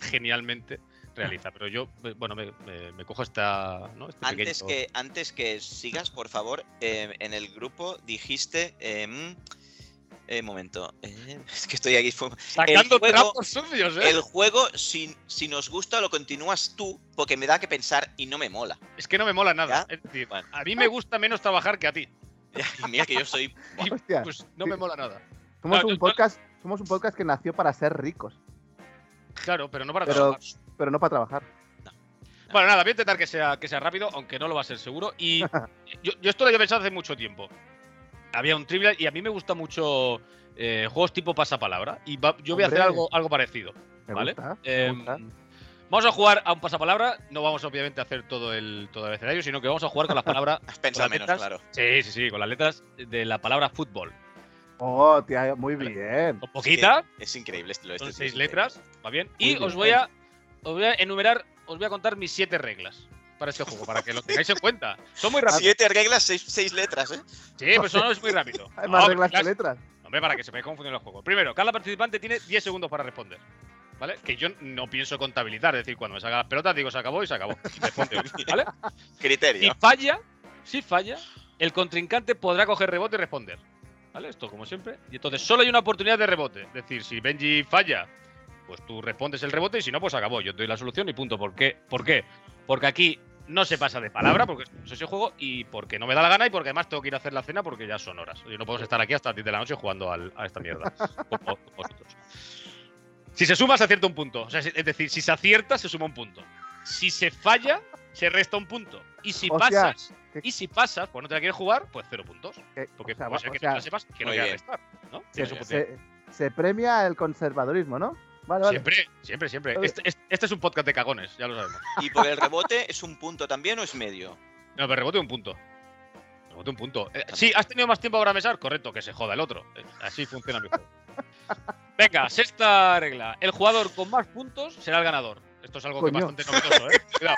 Speaker 4: genialmente realiza. Pero yo, eh, bueno, me, me- me cojo esta. ¿no? Este
Speaker 1: Antes
Speaker 4: pequeño-
Speaker 1: que, antes que sigas, por favor, eh, en el grupo dijiste. Eh, mm, eh, momento. eh, es que estoy aquí. fu-
Speaker 4: Sacando
Speaker 1: el juego-
Speaker 4: trapos sucios, ¿eh?
Speaker 1: El juego, si, si nos gusta, lo continúas tú, porque me da que pensar y no me mola.
Speaker 4: Es que no me mola nada.
Speaker 1: ¿Ya?
Speaker 4: Es decir,
Speaker 1: Bueno.
Speaker 4: a mí me gusta menos trabajar que a ti.
Speaker 1: Y mira que yo soy.
Speaker 4: Y,
Speaker 3: Hostia.
Speaker 4: pues no
Speaker 3: Sí.
Speaker 4: me mola nada.
Speaker 3: Somos
Speaker 4: no,
Speaker 3: un
Speaker 4: no.
Speaker 3: podcast, somos un podcast que nació para ser ricos,
Speaker 4: Claro, pero no para
Speaker 3: Pero-
Speaker 4: trabajar.
Speaker 3: pero no para trabajar.
Speaker 4: Bueno, nada, voy a intentar que sea, que sea rápido, aunque no lo va a ser seguro. Y yo, yo esto lo había pensado hace mucho tiempo. Había un trivial y a mí me gusta mucho eh, juegos tipo pasapalabra. Y va- yo voy a hacer
Speaker 3: Hombre.
Speaker 4: algo, algo parecido.
Speaker 3: Me
Speaker 4: Vale.
Speaker 3: gusta, me
Speaker 4: Eh,
Speaker 3: gusta.
Speaker 4: vamos a jugar a un pasapalabra. No vamos, obviamente, a hacer todo el, todo el escenario, sino que vamos a jugar con las palabras.
Speaker 1: Has pensado
Speaker 4: Con las
Speaker 1: menos,
Speaker 4: letras.
Speaker 1: claro.
Speaker 4: sí, sí, sí, con las letras de la palabra fútbol.
Speaker 3: Oh, tía, muy bien.
Speaker 4: Con
Speaker 1: Es que
Speaker 4: poquita,
Speaker 1: Es increíble este,
Speaker 3: este
Speaker 1: esto. esto
Speaker 4: son
Speaker 1: es
Speaker 4: seis
Speaker 1: increíble.
Speaker 4: letras, va bien.
Speaker 3: Muy
Speaker 4: Y
Speaker 3: bien, eh.
Speaker 4: os voy a, os voy a enumerar, os voy a contar mis siete reglas para este juego, para que lo tengáis en cuenta. Son muy rápidas.
Speaker 1: Siete reglas, seis, seis letras, ¿eh?
Speaker 4: Sí, pero eso no es muy rápido.
Speaker 3: Hay
Speaker 4: No,
Speaker 3: más
Speaker 4: pero
Speaker 3: reglas que
Speaker 4: claro,
Speaker 3: letras.
Speaker 4: Hombre, para que sepáis cómo funciona el juego. Primero, cada participante tiene 10 segundos para responder. ¿Vale? Que yo no pienso contabilizar, es decir, cuando me salgan las pelotas digo se acabó y se acabó. Y responde, ¿Vale? Si
Speaker 1: Criterio.
Speaker 4: falla, si falla, el contrincante podrá coger rebote y responder. ¿Vale? Esto como siempre. Y entonces solo hay una oportunidad de rebote. Es decir, si Benji falla, pues tú respondes el rebote y si no, pues acabó. Yo te doy la solución y punto. ¿Por qué? ¿Por qué? Porque aquí no se pasa de palabra, porque no sé si juego, y porque no me da la gana y porque además tengo que ir a hacer la cena porque ya son horas. Yo no podemos estar aquí hasta las 10 de la noche jugando al- a esta mierda. como vosotros. Si se suma, se acierta un punto. O sea, es decir, si se acierta, se suma un punto. Si se falla, se resta un punto. Y si
Speaker 3: Hostia,
Speaker 4: pasas,
Speaker 3: qué-
Speaker 4: y si pasas, pues no te la quieres jugar, pues cero puntos.
Speaker 3: Que-
Speaker 4: Porque
Speaker 3: o sea,
Speaker 4: puede ser
Speaker 3: o
Speaker 4: que
Speaker 3: sea,
Speaker 4: no la sepas que no
Speaker 1: muy
Speaker 4: quieras
Speaker 1: bien.
Speaker 4: restar. ¿no?
Speaker 3: se,
Speaker 4: Tiene su función.
Speaker 3: se- se premia el conservadurismo, ¿no? Vale, vale.
Speaker 4: Siempre, siempre, siempre.
Speaker 3: Vale.
Speaker 4: Este, este- este es un podcast de cagones, ya lo sabemos.
Speaker 1: Y por el rebote, ¿es un punto también o es medio?
Speaker 4: No, pero rebote un punto. Rebote un punto. Eh, sí, has tenido más tiempo para besar. Correcto, que se joda el otro. Eh, Así funciona mi juego. Venga, sexta regla. El jugador con más puntos será el ganador. Esto es algo que es
Speaker 3: Coño.
Speaker 4: bastante novedoso, ¿eh? Cuidado.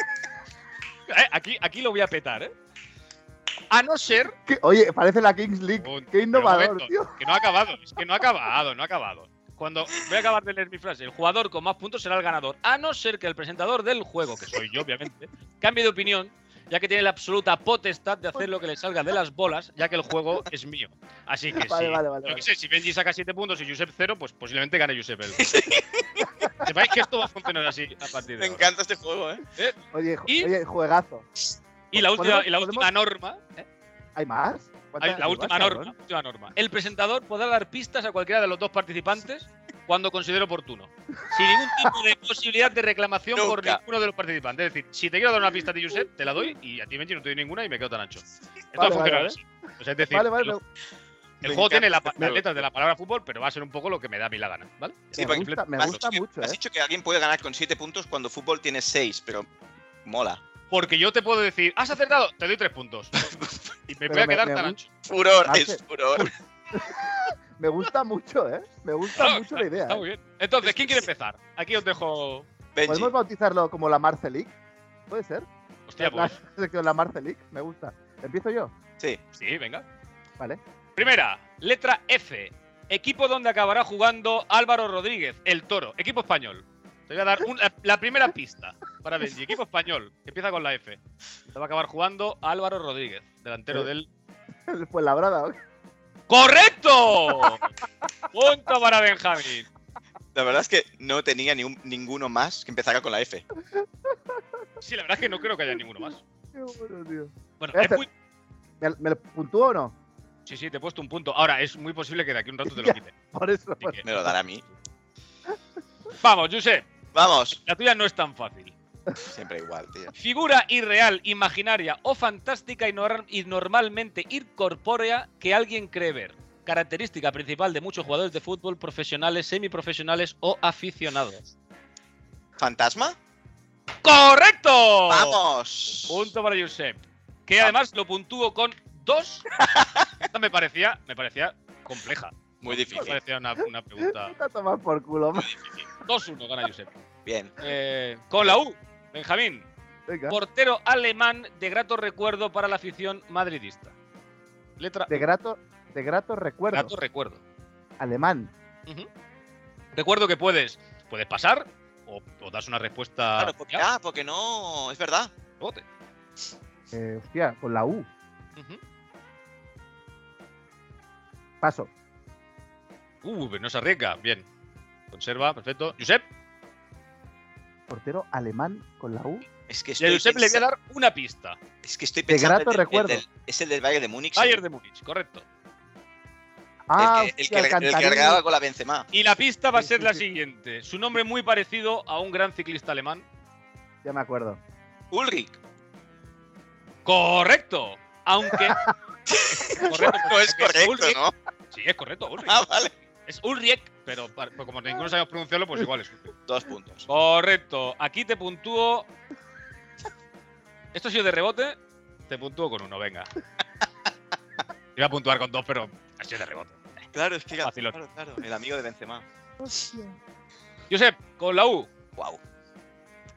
Speaker 4: Eh, Aquí, aquí lo voy a petar, ¿eh? A no ser
Speaker 3: ¿Qué- Oye, parece la Kings League.
Speaker 4: Un-
Speaker 3: Qué
Speaker 4: pero
Speaker 3: innovador,
Speaker 4: momento,
Speaker 3: tío.
Speaker 4: Que no ha acabado, es que no ha acabado, no ha acabado. Cuando voy a acabar de leer mi frase, el jugador con más puntos será el ganador, a no ser que el presentador del juego, que soy yo obviamente, cambie de opinión, ya que tiene la absoluta potestad de hacer lo que le salga de las bolas, ya que el juego es mío. Así que
Speaker 3: Vale,
Speaker 4: sí.
Speaker 3: vale, vale,
Speaker 4: yo
Speaker 3: vale.
Speaker 4: qué sé, si Benji saca 7 puntos y Josep 0, pues posiblemente gane Josep el. Sepáis que esto va a funcionar así a partir de
Speaker 1: Me
Speaker 4: ahora.
Speaker 1: encanta este juego, ¿eh?
Speaker 3: Oye, ju-
Speaker 4: ¿Y?
Speaker 3: oye, juegazo.
Speaker 4: Y la última,
Speaker 3: ¿Podemos-
Speaker 4: y la última norma, ¿eh?
Speaker 3: ¿Hay más?
Speaker 4: Hay
Speaker 3: ¿Cuántas-
Speaker 4: la
Speaker 3: hay
Speaker 4: última
Speaker 3: más,
Speaker 4: norma,
Speaker 3: cabrón?
Speaker 4: la última norma. El presentador podrá dar pistas a cualquiera de los dos participantes cuando considero oportuno. Sin ningún tipo de posibilidad de reclamación por
Speaker 1: Nunca.
Speaker 4: ninguno de los participantes. Es decir, si te quiero dar una pista a ti, Josep, te la doy y a ti, Benji, no te doy ninguna y me quedo tan ancho. Esto va a
Speaker 3: Vale,
Speaker 4: funcionar
Speaker 3: vale.
Speaker 4: así. O sea, es decir,
Speaker 3: Vale, vale,
Speaker 4: el,
Speaker 3: me,
Speaker 1: me
Speaker 4: el juego tiene la,
Speaker 1: encanta.
Speaker 4: las letras de la palabra fútbol, pero va a ser un poco lo que me da a mí la gana, ¿vale?
Speaker 1: Sí,
Speaker 3: me
Speaker 1: porque
Speaker 3: gusta, me
Speaker 1: has
Speaker 3: gusta
Speaker 1: dicho que-
Speaker 3: mucho,
Speaker 1: Has
Speaker 3: ¿eh?
Speaker 1: dicho que alguien puede ganar con 7 puntos cuando fútbol tiene 6, pero mola.
Speaker 4: Porque yo te puedo decir, has acertado, te doy tres puntos. Y me
Speaker 3: Pero
Speaker 4: voy a
Speaker 3: me-
Speaker 4: quedar
Speaker 3: me
Speaker 4: tan
Speaker 3: gu-
Speaker 4: ancho.
Speaker 1: Furor,
Speaker 3: Hace-
Speaker 1: es furor.
Speaker 3: Me gusta mucho, ¿eh? Me gusta
Speaker 4: Claro,
Speaker 3: mucho la idea.
Speaker 4: Está
Speaker 3: ¿eh?
Speaker 4: muy bien. Entonces, ¿quién quiere empezar? Aquí os dejo.
Speaker 1: Benji,
Speaker 3: ¿Podemos bautizarlo como la Marcelic? ¿Puede ser?
Speaker 4: Hostia,
Speaker 3: la,
Speaker 4: pues.
Speaker 3: la, la Marcelic, me gusta. ¿Empiezo yo?
Speaker 1: sí.
Speaker 4: Sí, venga.
Speaker 3: Vale.
Speaker 4: Primera, letra F. Equipo donde acabará jugando Álvaro Rodríguez, el toro. Equipo español. Te voy a dar un- la- la primera pista para Benji. Equipo español, que empieza con la F. Te va a acabar jugando Álvaro Rodríguez, delantero
Speaker 3: Eh.
Speaker 4: del.
Speaker 3: Pues labrada. ¿ok?
Speaker 4: ¡Correcto! Punto para Benjamín.
Speaker 1: La verdad es que no tenía ni un- ninguno más que empezara con la F.
Speaker 4: Sí, la verdad es que no creo que haya ninguno más.
Speaker 3: Qué bueno, tío. Voy
Speaker 4: Bueno,
Speaker 3: a
Speaker 4: es
Speaker 3: hacer-
Speaker 4: muy-
Speaker 3: ¿Me, me lo puntúo o no?
Speaker 4: Sí, sí, te he puesto un punto. Ahora, es muy posible que de aquí un rato te lo quite.
Speaker 3: Por eso.
Speaker 4: así que-
Speaker 1: Me lo dará a mí.
Speaker 4: Vamos, Josep,
Speaker 1: Vamos.
Speaker 4: la tuya no es tan fácil.
Speaker 1: Siempre igual, tío.
Speaker 4: Figura irreal, imaginaria o fantástica y, nor- y normalmente incorpórea que alguien cree ver. Característica principal de muchos jugadores de fútbol profesionales, semiprofesionales o aficionados.
Speaker 1: ¿Fantasma?
Speaker 4: ¡Correcto!
Speaker 1: ¡Vamos!
Speaker 4: Punto para Josep. Que además lo puntúo con dos. Esta me parecía, me parecía compleja.
Speaker 1: Muy
Speaker 4: Me
Speaker 1: difícil.
Speaker 4: parecía una, una pregunta.
Speaker 3: Vete a tomar por culo. ma-
Speaker 4: 2-1 gana Josep.
Speaker 1: Bien.
Speaker 4: Eh, con la U, Benjamín.
Speaker 3: Venga.
Speaker 4: Portero alemán de grato recuerdo para la afición madridista. Letra
Speaker 3: De grato, de grato recuerdo.
Speaker 4: grato recuerdo.
Speaker 3: Alemán.
Speaker 4: Recuerdo que puedes, puedes pasar o, o das una respuesta.
Speaker 1: Claro, porque, ah, porque no. Es verdad.
Speaker 4: Rebote.
Speaker 3: Eh, hostia, con la U.
Speaker 4: Ujú.
Speaker 3: Paso.
Speaker 4: Uh, pero no se arriesga. Bien. Conserva, perfecto. Josep,
Speaker 3: Portero alemán con la U.
Speaker 1: Es que
Speaker 4: y a
Speaker 1: estoy,
Speaker 4: Josep le voy a
Speaker 1: pensa-
Speaker 4: dar una pista.
Speaker 1: es que estoy pensando.
Speaker 3: grato
Speaker 1: en el- el
Speaker 3: recuerdo.
Speaker 1: del- es el del Bayern de Múnich.
Speaker 4: Bayern
Speaker 1: seguro.
Speaker 4: de Múnich, correcto.
Speaker 3: Ah,
Speaker 1: el, que, el,
Speaker 3: hostia,
Speaker 1: que- el que
Speaker 3: Cantarini.
Speaker 1: regaba con la Benzema.
Speaker 4: Y la pista va a
Speaker 3: Sí,
Speaker 4: ser
Speaker 3: sí,
Speaker 4: la
Speaker 3: sí.
Speaker 4: siguiente. Su nombre muy parecido a un gran ciclista alemán.
Speaker 3: Ya me acuerdo.
Speaker 1: Ulrich.
Speaker 4: Correcto. Aunque. correcto,
Speaker 1: No es
Speaker 4: porque
Speaker 1: correcto,
Speaker 4: Ulrich-
Speaker 1: ¿no?
Speaker 4: Sí, es correcto, Ulrich.
Speaker 1: Ah, vale.
Speaker 4: Es Ulrich, pero para- pero como ninguno sabemos pronunciarlo, pues igual es Ulrich.
Speaker 1: Dos
Speaker 4: Oh,
Speaker 1: puntos.
Speaker 4: Correcto. Aquí te puntúo. Esto ha sido de rebote. Te puntúo con uno, venga. Iba a puntuar con dos, pero ha sido de rebote.
Speaker 1: Claro, es que era-
Speaker 4: Facilón.
Speaker 1: claro, claro, el amigo de Benzema.
Speaker 4: Josep, con la U.
Speaker 1: Wow.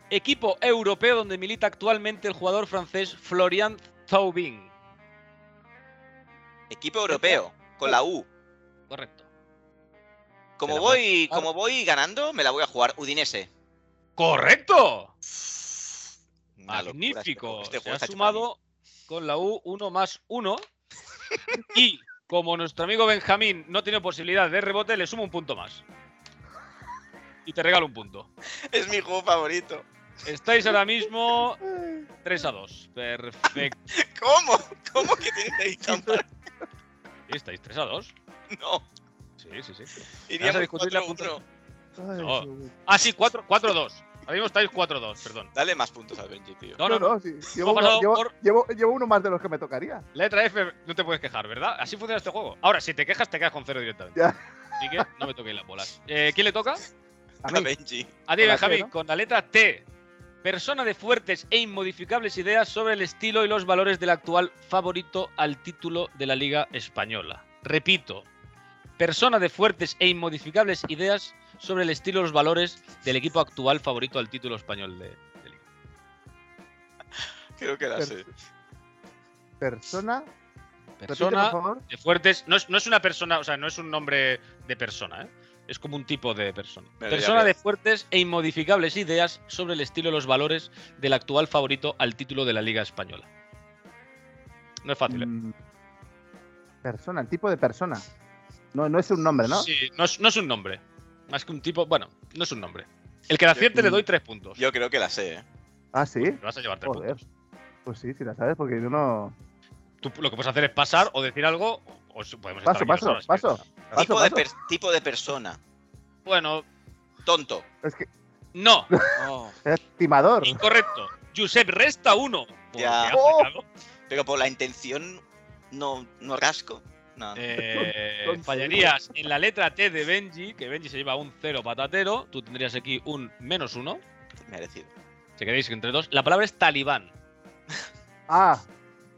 Speaker 4: Equipo europeo donde milita actualmente el jugador francés Florian Thauvin.
Speaker 1: Equipo europeo con la U.
Speaker 4: Correcto.
Speaker 1: Como
Speaker 4: Pero
Speaker 1: voy,
Speaker 4: claro.
Speaker 1: como voy ganando, me la voy a jugar Udinese.
Speaker 4: ¡Correcto!
Speaker 1: Una locura este
Speaker 4: Magnífico.
Speaker 1: juego. Este
Speaker 4: Se
Speaker 1: juego
Speaker 4: ha
Speaker 1: está hecho
Speaker 4: sumado con la U 1 más 1. y como nuestro amigo Benjamín no tiene posibilidad de rebote, le sumo un punto más. Y te regalo un punto.
Speaker 1: para mí. Es mi juego favorito.
Speaker 4: Estáis ahora mismo 3 a 2. Perfecto.
Speaker 1: ¿Cómo? ¿Cómo que tienes ahí trampa?
Speaker 4: ¿Estáis 3 a 2?
Speaker 1: No.
Speaker 4: Sí, sí, sí.
Speaker 1: Iríamos
Speaker 4: discutir la
Speaker 1: 4-1.
Speaker 3: Ay,
Speaker 4: No.
Speaker 3: qué bueno.
Speaker 4: Ah, sí, 4 4 a 2. Ahora mismo estáis 4 a 2, perdón.
Speaker 1: Dale más puntos al Benji, tío.
Speaker 4: No, no, no.
Speaker 3: sí. Llevo,
Speaker 4: Hemos pasado
Speaker 3: uno, llevo-
Speaker 4: por-
Speaker 3: llevo- llevo uno más de los que me tocaría.
Speaker 4: Letra F, no te puedes quejar, ¿verdad? Así funciona este juego. Ahora, si te quejas, te quedas con cero directamente.
Speaker 3: Ya.
Speaker 4: Así que no me toquéis las bolas. Eh, ¿Quién le toca?
Speaker 3: A
Speaker 1: A
Speaker 3: mí.
Speaker 1: Benji.
Speaker 3: Con
Speaker 4: Adi
Speaker 3: la T,
Speaker 4: Benjamín,
Speaker 3: ¿no?
Speaker 4: con la letra T. Persona de fuertes e inmodificables ideas sobre el estilo y los valores del actual favorito al título de la Liga Española. Repito, persona de fuertes e inmodificables ideas sobre el estilo y los valores del equipo actual favorito al título español de, de Liga.
Speaker 1: Creo que era así.
Speaker 3: Persona. Repite, por
Speaker 4: Persona
Speaker 3: favor.
Speaker 4: de fuertes, no es, no es una persona, o sea, no es un nombre de persona, ¿eh? es como un tipo de persona.
Speaker 1: Pero ya
Speaker 4: persona
Speaker 1: veo.
Speaker 4: de fuertes e inmodificables ideas sobre el estilo y los valores del actual favorito al título de la Liga Española. No es fácil, ¿eh?
Speaker 3: Mm, Persona, el tipo de persona. No, no es un nombre, ¿no?
Speaker 4: Sí, no es, no es un nombre. Más que un tipo, bueno, no es un nombre. El que la acierte le doy tres puntos.
Speaker 1: mm, Yo creo que la sé, ¿eh?
Speaker 3: Ah, sí.
Speaker 4: Te vas a llevar tres
Speaker 3: Joder.
Speaker 4: puntos.
Speaker 3: Pues sí, si la sabes, porque yo no.
Speaker 4: Tú lo que puedes hacer es pasar o decir algo, o, o podemos
Speaker 3: Paso,
Speaker 4: estar aquí dos
Speaker 3: paso, paso.
Speaker 4: horas, ¿eh?
Speaker 3: Paso,
Speaker 1: Tipo de,
Speaker 3: paso.
Speaker 1: per- tipo de persona.
Speaker 4: Bueno,
Speaker 1: Tonto.
Speaker 3: Es que
Speaker 4: no.
Speaker 5: Oh,
Speaker 3: es timador.
Speaker 4: Incorrecto. Josep resta uno. Porque
Speaker 1: Ya.
Speaker 4: ha
Speaker 3: Oh.
Speaker 4: fallado.
Speaker 1: Pero por la intención no, no rasco. No.
Speaker 4: Eh,
Speaker 3: Tonto.
Speaker 4: fallarías en la letra T de Benji, que Benji se lleva un cero patatero. Tú tendrías aquí un menos uno.
Speaker 1: Merecido.
Speaker 4: Si queréis, entre dos. La palabra es talibán.
Speaker 3: Ah,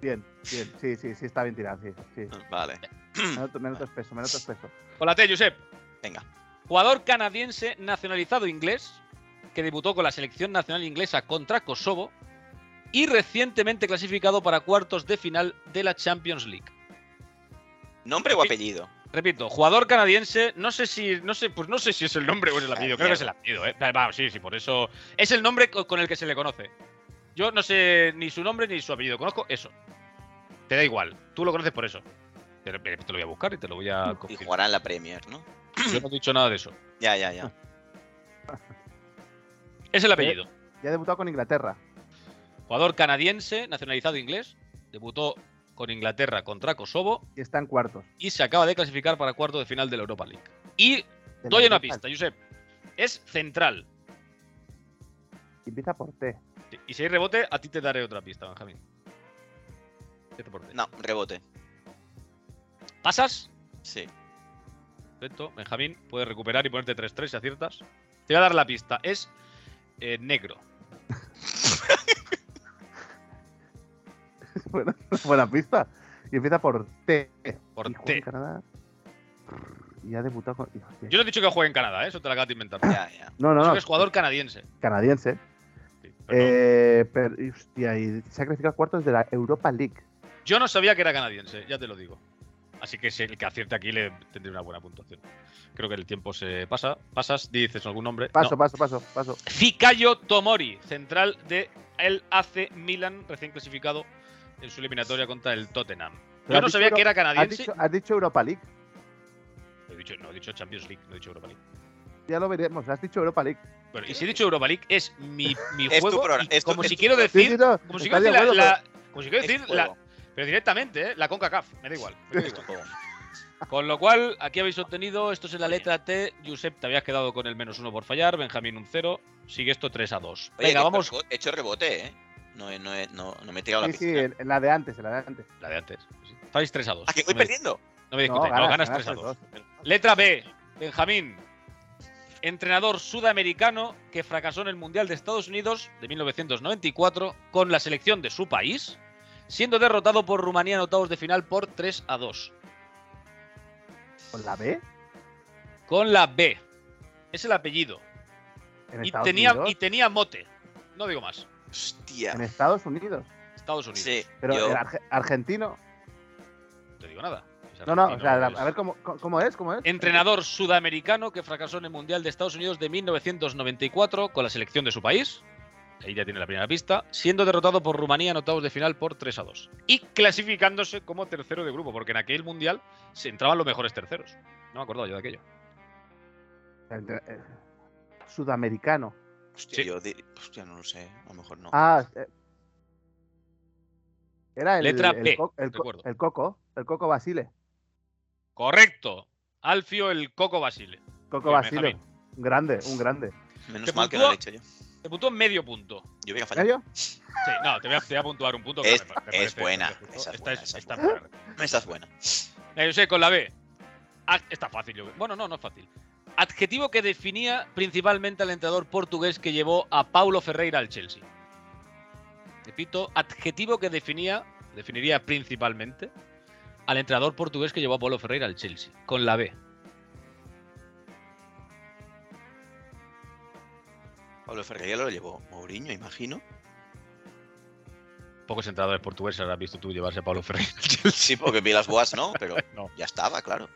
Speaker 3: bien, bien. Sí, sí, sí, está bien tirado, sí. sí.
Speaker 1: Ah, Vale.
Speaker 3: Menos, menos dos pesos, menos dos pesos.
Speaker 4: Con la T, Josep.
Speaker 1: Venga.
Speaker 4: Jugador canadiense nacionalizado inglés que debutó con la selección nacional inglesa contra Kosovo y recientemente clasificado para cuartos de final de la Champions League.
Speaker 1: Nombre o apellido.
Speaker 4: Repito, jugador canadiense, no sé si no sé, pues no sé si es el nombre o es el apellido, creo que es el apellido, eh. Vamos, sí, sí, por eso es el nombre co- con el que se le conoce. Yo no sé ni su nombre ni su apellido, conozco eso. Te da igual, tú lo conoces por eso. Te, te lo voy a buscar y te lo voy a
Speaker 1: Y
Speaker 4: confirmar.
Speaker 1: jugará en la Premier, ¿no?
Speaker 4: Yo no he dicho nada de eso.
Speaker 1: Ya, ya, ya.
Speaker 4: Es el apellido.
Speaker 3: Ya ha debutado con Inglaterra.
Speaker 4: Jugador canadiense, nacionalizado inglés, debutó con Inglaterra contra Kosovo
Speaker 3: Y está en cuartos.
Speaker 4: y se acaba de clasificar para cuarto de final de la Europa League. Y
Speaker 3: De
Speaker 4: doy
Speaker 3: la
Speaker 4: una
Speaker 3: Europa.
Speaker 4: pista, Josep. Es central.
Speaker 3: Empieza por T.
Speaker 4: Y si hay rebote, a ti te daré otra pista, Benjamín. ¿Qué te porte?
Speaker 1: No, rebote.
Speaker 4: ¿Pasas?
Speaker 1: Sí.
Speaker 4: Perfecto. Benjamín, puedes recuperar y ponerte 3-3 si aciertas. Te voy a dar la pista. Es eh, negro.
Speaker 3: Buena, buena pista. Y empieza por T.
Speaker 4: Por
Speaker 3: y juega en
Speaker 4: T.
Speaker 3: Canadá. Y ha debutado con. y hostia.
Speaker 4: Yo no he dicho que juegue en Canadá, ¿eh? eso te la acabas de inventar. He
Speaker 1: Ya, ya.
Speaker 3: No, no,
Speaker 4: dicho
Speaker 3: Ah, no.
Speaker 4: que es jugador canadiense.
Speaker 3: Canadiense.
Speaker 4: Sí, perdón.
Speaker 3: Eh, pero, y hostia, y se ha clasificado a cuartos de la Europa League.
Speaker 4: Yo no sabía que era canadiense, ya te lo digo. Así que si el que acierte aquí le tendré una buena puntuación. Creo que el tiempo se pasa. Pasas, dices algún nombre.
Speaker 3: Paso,
Speaker 4: No.
Speaker 3: paso, paso, paso.
Speaker 4: Fikayo Tomori, central de el AC Milan, recién clasificado en su eliminatoria contra el Tottenham.
Speaker 3: Pero
Speaker 4: Yo
Speaker 3: has
Speaker 4: no
Speaker 3: dicho
Speaker 4: sabía
Speaker 3: Euro-
Speaker 4: que era
Speaker 3: ¿Has
Speaker 4: canadiense.
Speaker 3: dicho, has dicho Europa League.
Speaker 4: He dicho- no, he dicho Champions League, no he dicho Europa League.
Speaker 3: Ya lo veremos. Has dicho Europa League.
Speaker 4: Bueno, y si he dicho Europa League, es mi, mi
Speaker 1: Es tu
Speaker 4: juego.
Speaker 1: programa,
Speaker 4: y
Speaker 1: es tu-
Speaker 4: como,
Speaker 1: es
Speaker 4: si
Speaker 1: tu
Speaker 4: quiero
Speaker 1: programa.
Speaker 3: Sí, sí,
Speaker 4: decir,
Speaker 3: no,
Speaker 4: como si
Speaker 3: está
Speaker 4: quiero
Speaker 3: de
Speaker 4: decir la-
Speaker 3: acuerdo,
Speaker 4: la- como si quiero
Speaker 1: Es tu
Speaker 4: decir la-
Speaker 1: juego.
Speaker 4: Pero directamente, ¿eh? la CONCACAF, me da igual. me da
Speaker 1: Es tu
Speaker 4: igual.
Speaker 1: juego.
Speaker 4: Con lo cual, aquí habéis obtenido, esto es en la letra T, Josep, te habías quedado con el menos uno por fallar, Benjamín un cero, sigue esto 3 a 2.
Speaker 1: Oye,
Speaker 4: Venga,
Speaker 1: que
Speaker 4: vamos.
Speaker 1: rebo- He hecho rebote, ¿eh? No, he- no, he- no, no me he tirado
Speaker 3: pero-
Speaker 1: la
Speaker 3: Sí, eh. sí,
Speaker 1: piscina.
Speaker 3: en en la de antes, en la de antes.
Speaker 4: La de antes. Estáis 3 a 2.
Speaker 1: ¿A que voy
Speaker 4: no me-
Speaker 1: perdiendo?
Speaker 4: No me discutáis, no, ganas, 3 a 2. Letra B, Benjamín. Entrenador sudamericano que fracasó en el Mundial de Estados Unidos de 1994 con la selección de su país, siendo derrotado por Rumanía en octavos de final por 3 a 2.
Speaker 3: ¿Con la B?
Speaker 4: Con la B. Es el apellido.
Speaker 3: En
Speaker 4: Y
Speaker 3: Estados
Speaker 4: tenía,
Speaker 3: Unidos.
Speaker 4: y tenía mote. No digo más.
Speaker 1: Hostia.
Speaker 3: En Estados Unidos.
Speaker 4: Estados Unidos.
Speaker 1: Sí,
Speaker 3: Pero
Speaker 1: yo-
Speaker 3: el arge- argentino.
Speaker 4: No te digo nada. Es
Speaker 3: No, no, o
Speaker 4: argentino,
Speaker 3: sea, la-
Speaker 4: es-
Speaker 3: a ver cómo, cómo- cómo es, cómo es.
Speaker 4: Entrenador sudamericano que fracasó en el Mundial de Estados Unidos de 1994 con la selección de su país. Ahí ya tiene la primera pista. Siendo derrotado por Rumanía en octavos de final por 3 a 2. Y clasificándose como tercero de grupo, porque en aquel Mundial se entraban los mejores terceros. No me acordaba yo de aquello.
Speaker 3: Entre- eh, Sudamericano.
Speaker 1: hostia,
Speaker 4: sí.
Speaker 1: yo di- hostia, no lo sé. A lo mejor no.
Speaker 3: Ah, eh, era el,
Speaker 4: Letra
Speaker 3: el
Speaker 4: P,
Speaker 3: co- el, co-
Speaker 4: recuerdo.
Speaker 3: el coco, el coco Basile.
Speaker 4: Correcto. Alfio el Coco Basile.
Speaker 3: Coco
Speaker 4: Bien,
Speaker 3: Basile.
Speaker 4: Benjamín.
Speaker 3: Un grande, un grande.
Speaker 1: Menos
Speaker 4: ¿te
Speaker 1: mal que no lo he
Speaker 4: puntúa?
Speaker 1: hecho yo.
Speaker 4: Debutó en medio punto.
Speaker 1: Yo voy a
Speaker 3: ¿En
Speaker 1: fallar.
Speaker 3: serio?
Speaker 4: Sí, no, te voy a, te voy a puntuar un punto.
Speaker 1: Es-
Speaker 4: me pa- me
Speaker 1: es
Speaker 4: parece
Speaker 1: buena,
Speaker 4: perfecto.
Speaker 1: esa es
Speaker 4: Esta
Speaker 1: buena,
Speaker 4: es-
Speaker 1: esa es
Speaker 4: esta es
Speaker 1: buena.
Speaker 4: buena.
Speaker 1: Esa es buena.
Speaker 4: La José con la B. Ah, Está fácil, yo creo. Bueno, no, no es fácil. Adjetivo que definía principalmente al entrenador portugués que llevó a Paulo Ferreira al Chelsea. Repito, adjetivo que definía, definiría principalmente al entrenador portugués que llevó a Paulo Ferreira al Chelsea, con la B.
Speaker 1: Pablo Ferreira lo llevó Mourinho, imagino.
Speaker 4: Pocos entrenadores portugueses habrás visto tú llevarse a Paulo Ferreira al Chelsea.
Speaker 1: Sí, porque vi las boas, ¿no? Pero
Speaker 4: No.
Speaker 1: ya estaba, claro.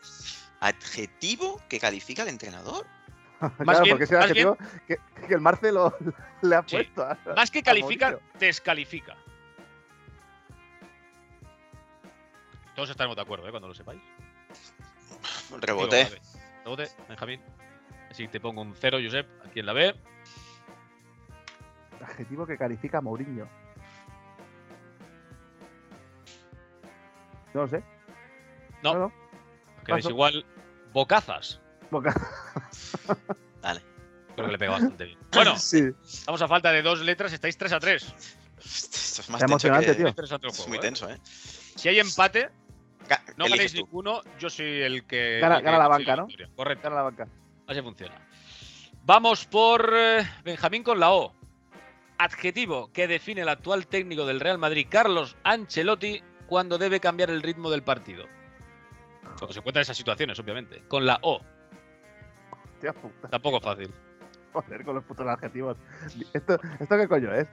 Speaker 1: Adjetivo que califica al entrenador.
Speaker 3: claro,
Speaker 4: bien,
Speaker 3: porque ese era
Speaker 4: más bien-
Speaker 3: el adjetivo que, que el Marcelo le ha
Speaker 4: Sí.
Speaker 3: puesto. a-
Speaker 4: Más que califica,
Speaker 3: Mourinho.
Speaker 4: descalifica. Todos estaremos de acuerdo, ¿eh? cuando lo sepáis.
Speaker 1: Rebote.
Speaker 4: Digo, la B. Rebote, Benjamín. Así que te pongo un cero, Josep, aquí en la B.
Speaker 3: Adjetivo que califica a Mourinho. No lo sé.
Speaker 4: No.
Speaker 3: no.
Speaker 4: Os quedáis
Speaker 3: Paso.
Speaker 4: igual. Bocazas.
Speaker 3: Boca-
Speaker 1: Vale.
Speaker 4: Creo que le pega bastante bien. Bueno,
Speaker 3: Sí.
Speaker 4: estamos a falta de dos letras, estáis 3 a 3.
Speaker 1: Esto es más tenso
Speaker 3: Está emocionante,
Speaker 1: que-
Speaker 3: tío.
Speaker 4: Interesante el
Speaker 1: Es
Speaker 4: juego.
Speaker 1: muy
Speaker 4: ¿eh?
Speaker 1: tenso, ¿eh?
Speaker 4: Si hay empate,
Speaker 1: Ga-
Speaker 4: no
Speaker 1: eliges
Speaker 4: ganéis
Speaker 1: tú.
Speaker 4: ninguno, yo soy el que.
Speaker 3: Gana-
Speaker 4: el que
Speaker 3: gana la
Speaker 4: consigue
Speaker 3: banca, ¿no?
Speaker 4: victoria. Correcto,
Speaker 3: Cara a la banca.
Speaker 4: así funciona. Vamos por eh, Benjamín con la O. Adjetivo que define el actual técnico del Real Madrid, Carlos Ancelotti, cuando debe cambiar el ritmo del partido. Cuando se encuentran esas situaciones, obviamente. Con la O.
Speaker 3: Hostia puta,
Speaker 4: Tampoco es fácil.
Speaker 3: joder, con los putos adjetivos. ¿Esto, esto qué coño es?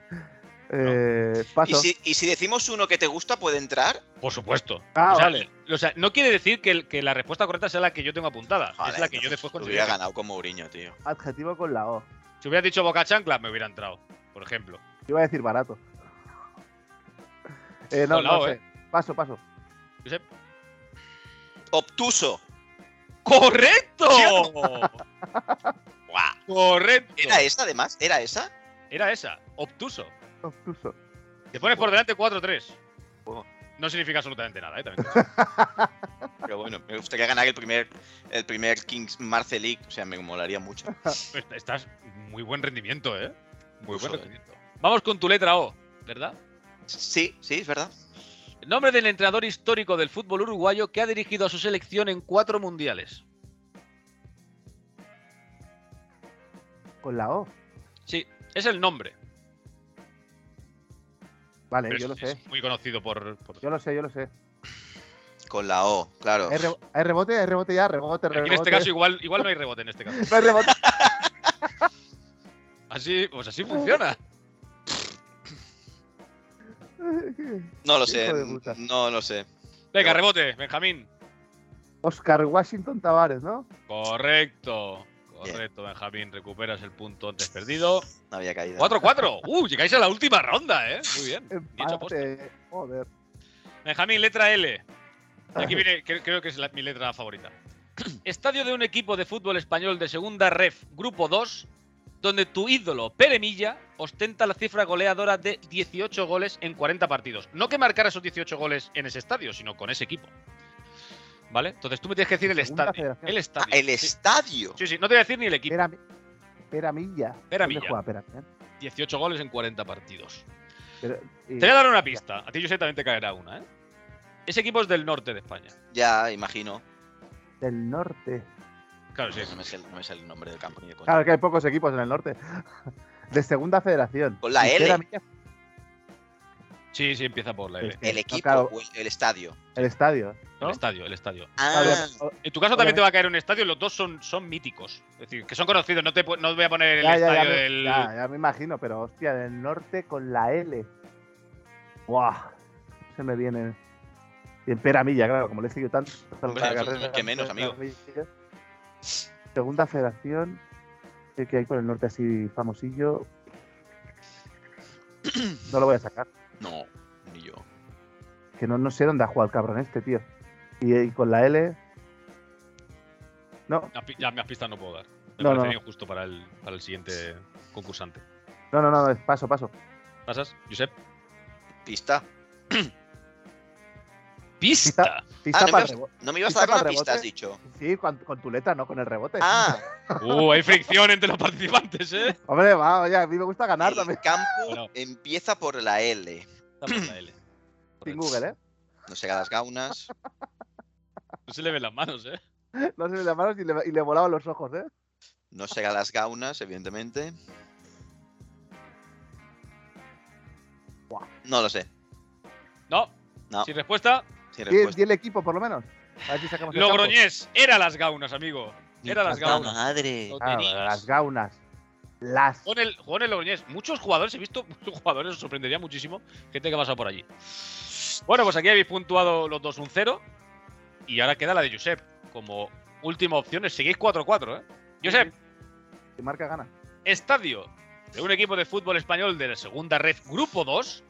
Speaker 3: Eh,
Speaker 1: ¿Y
Speaker 3: Paso.
Speaker 1: si, y si decimos uno que te gusta, puede entrar.
Speaker 4: Por supuesto.
Speaker 3: Ah,
Speaker 4: o, sea,
Speaker 3: vale.
Speaker 4: o sea, no quiere decir que, el- que la respuesta correcta sea la que yo tengo apuntada.
Speaker 1: Joder,
Speaker 4: es la que yo
Speaker 1: entonces
Speaker 4: después
Speaker 1: Hubiera
Speaker 4: considero.
Speaker 1: ganado con Mourinho, tío.
Speaker 3: Adjetivo con la O.
Speaker 4: Si hubiera dicho boca chancla, me hubiera entrado, por ejemplo.
Speaker 3: Iba a decir barato. Eh, no,
Speaker 4: Con la
Speaker 3: no
Speaker 4: O,
Speaker 3: sé. Paso, paso.
Speaker 4: Josep.
Speaker 1: Obtuso.
Speaker 4: ¡Correcto!
Speaker 1: ¡Guau!
Speaker 4: ¡Correcto!
Speaker 1: ¿Era esa, además? ¿Era esa?
Speaker 4: Era esa, obtuso.
Speaker 3: Obtuso.
Speaker 4: Te pones por delante 4-3. No significa absolutamente nada, ¿eh? También. te digo.
Speaker 1: Pero bueno, me gustaría ganar el primer, el primer Kings Marce League. O sea, me molaría mucho.
Speaker 4: Est- Pues Estás muy buen rendimiento, ¿eh? Muy
Speaker 1: Obtuso,
Speaker 4: buen
Speaker 1: eh.
Speaker 4: rendimiento. Vamos con tu letra O, ¿verdad?
Speaker 1: Sí, sí, es verdad.
Speaker 4: El nombre del entrenador histórico del fútbol uruguayo que ha dirigido a su selección en cuatro mundiales.
Speaker 3: Con la O.
Speaker 4: Sí, es el nombre.
Speaker 3: Vale,
Speaker 4: pero
Speaker 3: yo
Speaker 4: es-
Speaker 3: lo sé.
Speaker 4: es muy conocido por. por-
Speaker 3: Yo lo sé, yo lo sé.
Speaker 1: Con la O, claro.
Speaker 3: ¿Hay, re- hay rebote? ¿Hay rebote ya? Rebote,
Speaker 4: Aquí
Speaker 3: rebote.
Speaker 4: en este caso, igual, igual no hay rebote en este caso.
Speaker 3: No hay rebote.
Speaker 4: Así, pues así funciona.
Speaker 1: No lo
Speaker 3: Hijo
Speaker 1: sé.
Speaker 3: de puta.
Speaker 1: No lo sé.
Speaker 4: Venga, rebote, Benjamín.
Speaker 3: Oscar Washington Tavares, ¿no?
Speaker 4: Correcto. Correcto, Benjamín. Recuperas el punto antes perdido.
Speaker 1: No había caído.
Speaker 4: 4-4. Uh, llegáis a la última ronda, ¿eh? Muy bien. Ni hecho aposta.
Speaker 3: Empate. Joder.
Speaker 4: Benjamín, letra L.
Speaker 3: Ah.
Speaker 4: Y aquí viene, cre- creo que es la- mi letra favorita. Estadio de un equipo de fútbol español de segunda ref, grupo 2, donde tu ídolo, Pere Milla, ostenta la cifra goleadora de 18 goles en 40 partidos. No que marcara esos 18 goles en ese estadio, sino con ese equipo. ¿Vale? Entonces tú me tienes que decir el
Speaker 3: Segunda
Speaker 4: estadio.
Speaker 3: federación.
Speaker 4: El
Speaker 1: Ah,
Speaker 4: estadio.
Speaker 1: el
Speaker 4: Sí.
Speaker 1: estadio.
Speaker 4: Sí, sí, no te voy a decir ni el equipo.
Speaker 3: Pera, Peramilla.
Speaker 4: Peramilla.
Speaker 3: ¿Dónde juega Peramilla?
Speaker 4: 18 goles en 40 partidos.
Speaker 3: Pero- y-
Speaker 4: Te voy a dar una pista. A ti, José, también te caerá una, ¿eh? Ese equipo es del norte de España.
Speaker 1: Ya, imagino.
Speaker 3: Del norte.
Speaker 4: Claro, sí.
Speaker 1: No me, sé, no me sé el nombre del campo ni de coña.
Speaker 3: Claro que hay pocos equipos en el norte. De segunda federación.
Speaker 1: Con la
Speaker 3: Y
Speaker 1: L.
Speaker 3: Peramilla,
Speaker 4: Sí, sí, empieza por la L.
Speaker 3: Es que-
Speaker 1: El
Speaker 3: no,
Speaker 1: equipo
Speaker 3: claro,
Speaker 1: o el, el estadio.
Speaker 3: el estadio.
Speaker 4: El estadio, el estadio.
Speaker 1: Ah,
Speaker 3: Obvia- o-
Speaker 4: En tu caso también te va a caer un estadio, los dos son, son míticos. Es decir, que son conocidos, no te, pu- no voy a poner el
Speaker 3: ya, ya, ya
Speaker 4: estadio
Speaker 3: me-
Speaker 4: del.
Speaker 3: ya, ya me imagino, pero hostia, del norte con la L. ¡Buah! Se me viene. Y en Peramilla, claro, como le he seguido tanto. hasta
Speaker 1: Hombre,
Speaker 3: la
Speaker 1: eso
Speaker 3: carrera,
Speaker 1: es que menos, amigo.
Speaker 3: Peramilla. Segunda federación. ¿Qué que hay por el norte así famosillo? No lo voy a sacar.
Speaker 1: no, ni yo.
Speaker 3: Que no, no sé dónde ha jugado el cabrón este, tío. Y, y con la L. No,
Speaker 4: Las pi- Ya, mis pistas no puedo dar. Me
Speaker 3: No,
Speaker 4: parece
Speaker 3: no.
Speaker 4: bien justo para el, para el siguiente concursante.
Speaker 3: no, no, no, paso, paso.
Speaker 1: Ah,
Speaker 4: ¿Pasas, Josep?
Speaker 1: Pista. Ah,
Speaker 4: ¡Pista!
Speaker 3: Pista
Speaker 1: Ah, no,
Speaker 3: para
Speaker 1: me,
Speaker 3: rebo-
Speaker 1: vas- no me ibas
Speaker 3: pista
Speaker 1: a dar
Speaker 3: para
Speaker 1: una pista,
Speaker 3: rebote.
Speaker 1: has dicho.
Speaker 3: Sí, con, con tu letra, no con el rebote.
Speaker 1: Ah,
Speaker 4: ¡Uh! Hay fricción entre los participantes, ¿eh?
Speaker 3: Hombre, va, oye, a mí me gusta ganar
Speaker 1: el
Speaker 3: también.
Speaker 1: campo
Speaker 4: Bueno.
Speaker 1: empieza por la L.
Speaker 4: Está por la L.
Speaker 3: Sin Google, ¿eh?
Speaker 1: No se las gaunas.
Speaker 4: No se le ven las manos, ¿eh?
Speaker 3: No se me las manos y le, y le volaban los ojos, ¿eh?
Speaker 1: No se las gaunas, evidentemente.
Speaker 3: Buah.
Speaker 1: No lo sé.
Speaker 4: No.
Speaker 1: No.
Speaker 4: Sin respuesta,
Speaker 1: Sin
Speaker 3: Y,
Speaker 1: respuesta.
Speaker 3: y el equipo, por lo menos. A ver si sacamos el
Speaker 4: Logroñés. Era las gaunas, amigo. Era las
Speaker 1: Puta
Speaker 4: gaunas.
Speaker 1: madre.
Speaker 4: No
Speaker 3: campo. Ah,
Speaker 4: tenías.
Speaker 3: las gaunas. Las.
Speaker 4: Jugó en el, jugó en el Logroñés. Muchos jugadores, he visto muchos jugadores, os sorprendería muchísimo. Gente que ha pasado por allí. Bueno, pues aquí habéis puntuado los dos un 0. Y ahora queda la de Josep. Como última opción, es seguís 4-4, ¿eh? Josep,
Speaker 3: Que marca gana.
Speaker 4: estadio de un equipo de fútbol español de la segunda red, grupo 2.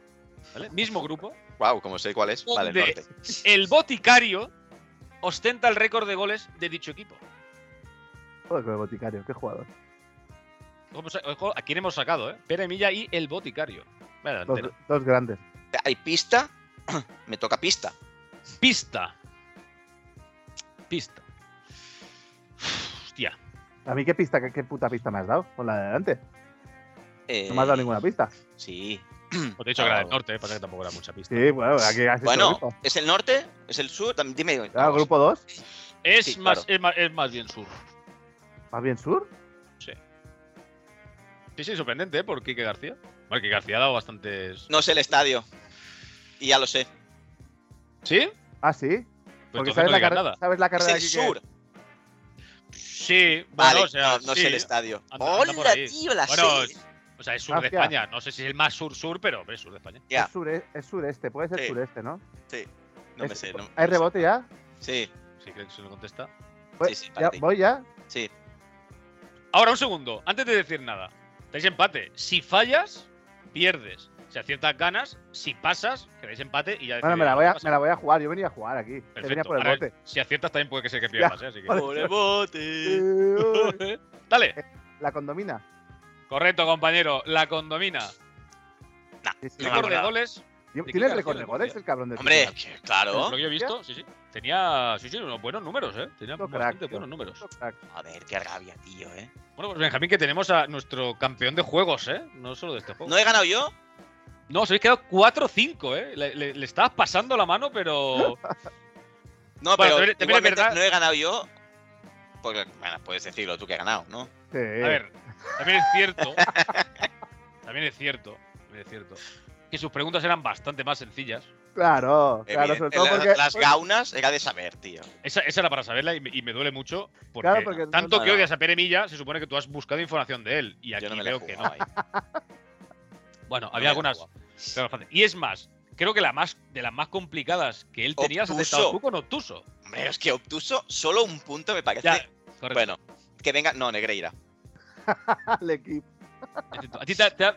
Speaker 4: ¿vale? Mismo grupo.
Speaker 1: Wow, como sé cuál es. Vale, el
Speaker 4: Joder.
Speaker 1: norte.
Speaker 4: El Boticario ostenta el récord de goles de dicho equipo.
Speaker 3: Joder, con el boticario, qué jugador.
Speaker 4: Ojo, pues, ojo, ¿A quién hemos sacado, eh? Pere Milla y el Boticario. Vaya
Speaker 3: Dos,
Speaker 4: delantera.
Speaker 3: dos grandes.
Speaker 1: Hay pista. Me toca pista.
Speaker 4: Pista. Pista. Hostia.
Speaker 3: ¿A mí qué pista, qué, qué puta pista me has dado? Con la de adelante.
Speaker 1: Eh,
Speaker 3: No me has dado ninguna pista.
Speaker 1: Sí.
Speaker 4: Os he dicho que era del norte, eh, pasa que tampoco era mucha pista.
Speaker 3: Ah. Sí, bueno, aquí has hecho
Speaker 1: Bueno,
Speaker 3: grupo.
Speaker 1: ¿es el norte? ¿Es el sur? También dime.
Speaker 3: Ah,
Speaker 1: vamos.
Speaker 3: grupo 2,
Speaker 4: Es,
Speaker 1: sí,
Speaker 4: más,
Speaker 1: claro.
Speaker 4: es, más, es más bien sur.
Speaker 3: más bien sur.
Speaker 4: Sí, sí, sorprendente, ¿eh? Por Quique García. Bueno, Quique García ha dado bastantes.
Speaker 1: No sé el estadio. Y ya lo sé.
Speaker 4: ¿Sí?
Speaker 3: Ah, sí.
Speaker 4: Pues entonces
Speaker 3: sabes,
Speaker 4: no
Speaker 3: la
Speaker 4: digas
Speaker 3: carre-
Speaker 4: nada.
Speaker 3: sabes la
Speaker 1: Es
Speaker 3: carrera
Speaker 1: el
Speaker 3: de Quique?
Speaker 1: sur.
Speaker 4: Sí, bueno,
Speaker 1: Vale,
Speaker 4: o sea,
Speaker 1: no, no
Speaker 4: sí.
Speaker 1: sé el estadio.
Speaker 4: Anda- anda por
Speaker 1: ¡Hola,
Speaker 4: ahí.
Speaker 1: tío! La
Speaker 4: Bueno,
Speaker 1: sé.
Speaker 4: o sea, es sur de
Speaker 3: Gracias.
Speaker 4: España. No sé si es el más sur-sur, pero hombre, es sur de España.
Speaker 1: Ya,
Speaker 3: Es, sure- es sureste, puede ser
Speaker 1: Sí.
Speaker 3: sureste, ¿no?
Speaker 1: sí. No me
Speaker 3: Es-
Speaker 1: sé. no-
Speaker 3: ¿Hay rebote ya?
Speaker 1: Sí,
Speaker 4: Si creo que se lo contesta.
Speaker 3: Voy-
Speaker 1: Sí, sí,
Speaker 3: ya-
Speaker 1: para ti.
Speaker 3: ¿Voy ya?
Speaker 1: sí.
Speaker 4: Ahora, un segundo, antes de decir nada. Tenéis empate. Si fallas, pierdes. Si aciertas, ganas. Si pasas, quedáis empate y ya
Speaker 3: Bueno,
Speaker 4: decidís
Speaker 3: me la,
Speaker 4: lo
Speaker 3: voy
Speaker 4: que
Speaker 3: a,
Speaker 4: pasa.
Speaker 3: me la voy a jugar, yo venía a jugar aquí. Te venía
Speaker 4: Perfecto.
Speaker 3: por el
Speaker 4: Ahora,
Speaker 3: bote.
Speaker 4: Si aciertas, también puede que se que pierdas, ¿eh? Así que-
Speaker 1: Por el bote.
Speaker 4: Dale.
Speaker 3: Eh, oh, La condomina.
Speaker 4: Correcto, compañero. La condomina.
Speaker 3: Sí, sí,
Speaker 1: Venga,
Speaker 4: Récord de
Speaker 1: ahora.
Speaker 4: goles.
Speaker 3: Yo-
Speaker 4: ¿De qué
Speaker 3: ¿Tienes
Speaker 4: García
Speaker 3: récord de
Speaker 4: del
Speaker 3: goles
Speaker 4: Mundial?
Speaker 3: el cabrón de
Speaker 1: Hombre,
Speaker 3: Twitter?
Speaker 1: claro.
Speaker 4: Por Lo que yo he visto, sí, sí. Tenía, sí, sí, unos buenos números, ¿eh? Tenía
Speaker 3: Puto
Speaker 4: bastante
Speaker 3: crack,
Speaker 4: buenos
Speaker 3: tío.
Speaker 4: números.
Speaker 3: Crack.
Speaker 1: A ver, qué rabia, tío, eh.
Speaker 4: Bueno, pues Benjamín, que tenemos a nuestro campeón de juegos, ¿eh? No solo de este juego.
Speaker 1: ¿No he ganado yo?
Speaker 4: No, os habéis quedado 4-5, ¿eh? Le, le- le estabas pasando la mano, pero.
Speaker 1: No,
Speaker 4: Bueno,
Speaker 1: pero
Speaker 4: también- también es
Speaker 1: igualmente
Speaker 4: verdad-
Speaker 1: no he ganado yo. Porque, bueno, puedes decirlo tú que has ganado, ¿no?
Speaker 3: Sí.
Speaker 4: A ver, también es cierto. también es cierto. También es cierto. Que sus preguntas eran bastante más sencillas.
Speaker 3: Claro, claro,
Speaker 1: Evidente,
Speaker 3: sobre todo
Speaker 1: la-
Speaker 3: porque.
Speaker 1: Las gaunas era de saber, tío.
Speaker 4: Esa, esa era para saberla y me, y me duele mucho. Porque,
Speaker 3: Claro, porque-
Speaker 4: tanto que
Speaker 1: Bueno.
Speaker 4: odias a Pere Milla, se supone que tú has buscado información de él. Y aquí
Speaker 1: yo no me la he
Speaker 4: veo que no.
Speaker 1: jugado ahí.
Speaker 4: Bueno,
Speaker 1: me la
Speaker 4: había algunas.
Speaker 1: jugaba.
Speaker 4: pero bastante. Y es más, creo que la más de las más complicadas que él tenía se
Speaker 1: Obtuso.
Speaker 4: aceptado tú con Obtuso.
Speaker 1: Hombre, es que obtuso, solo un punto me parece.
Speaker 4: Ya, correcto.
Speaker 1: bueno, que venga. No, Negreira.
Speaker 3: el equipo.
Speaker 4: Perfecto. A ti te ha- te ha-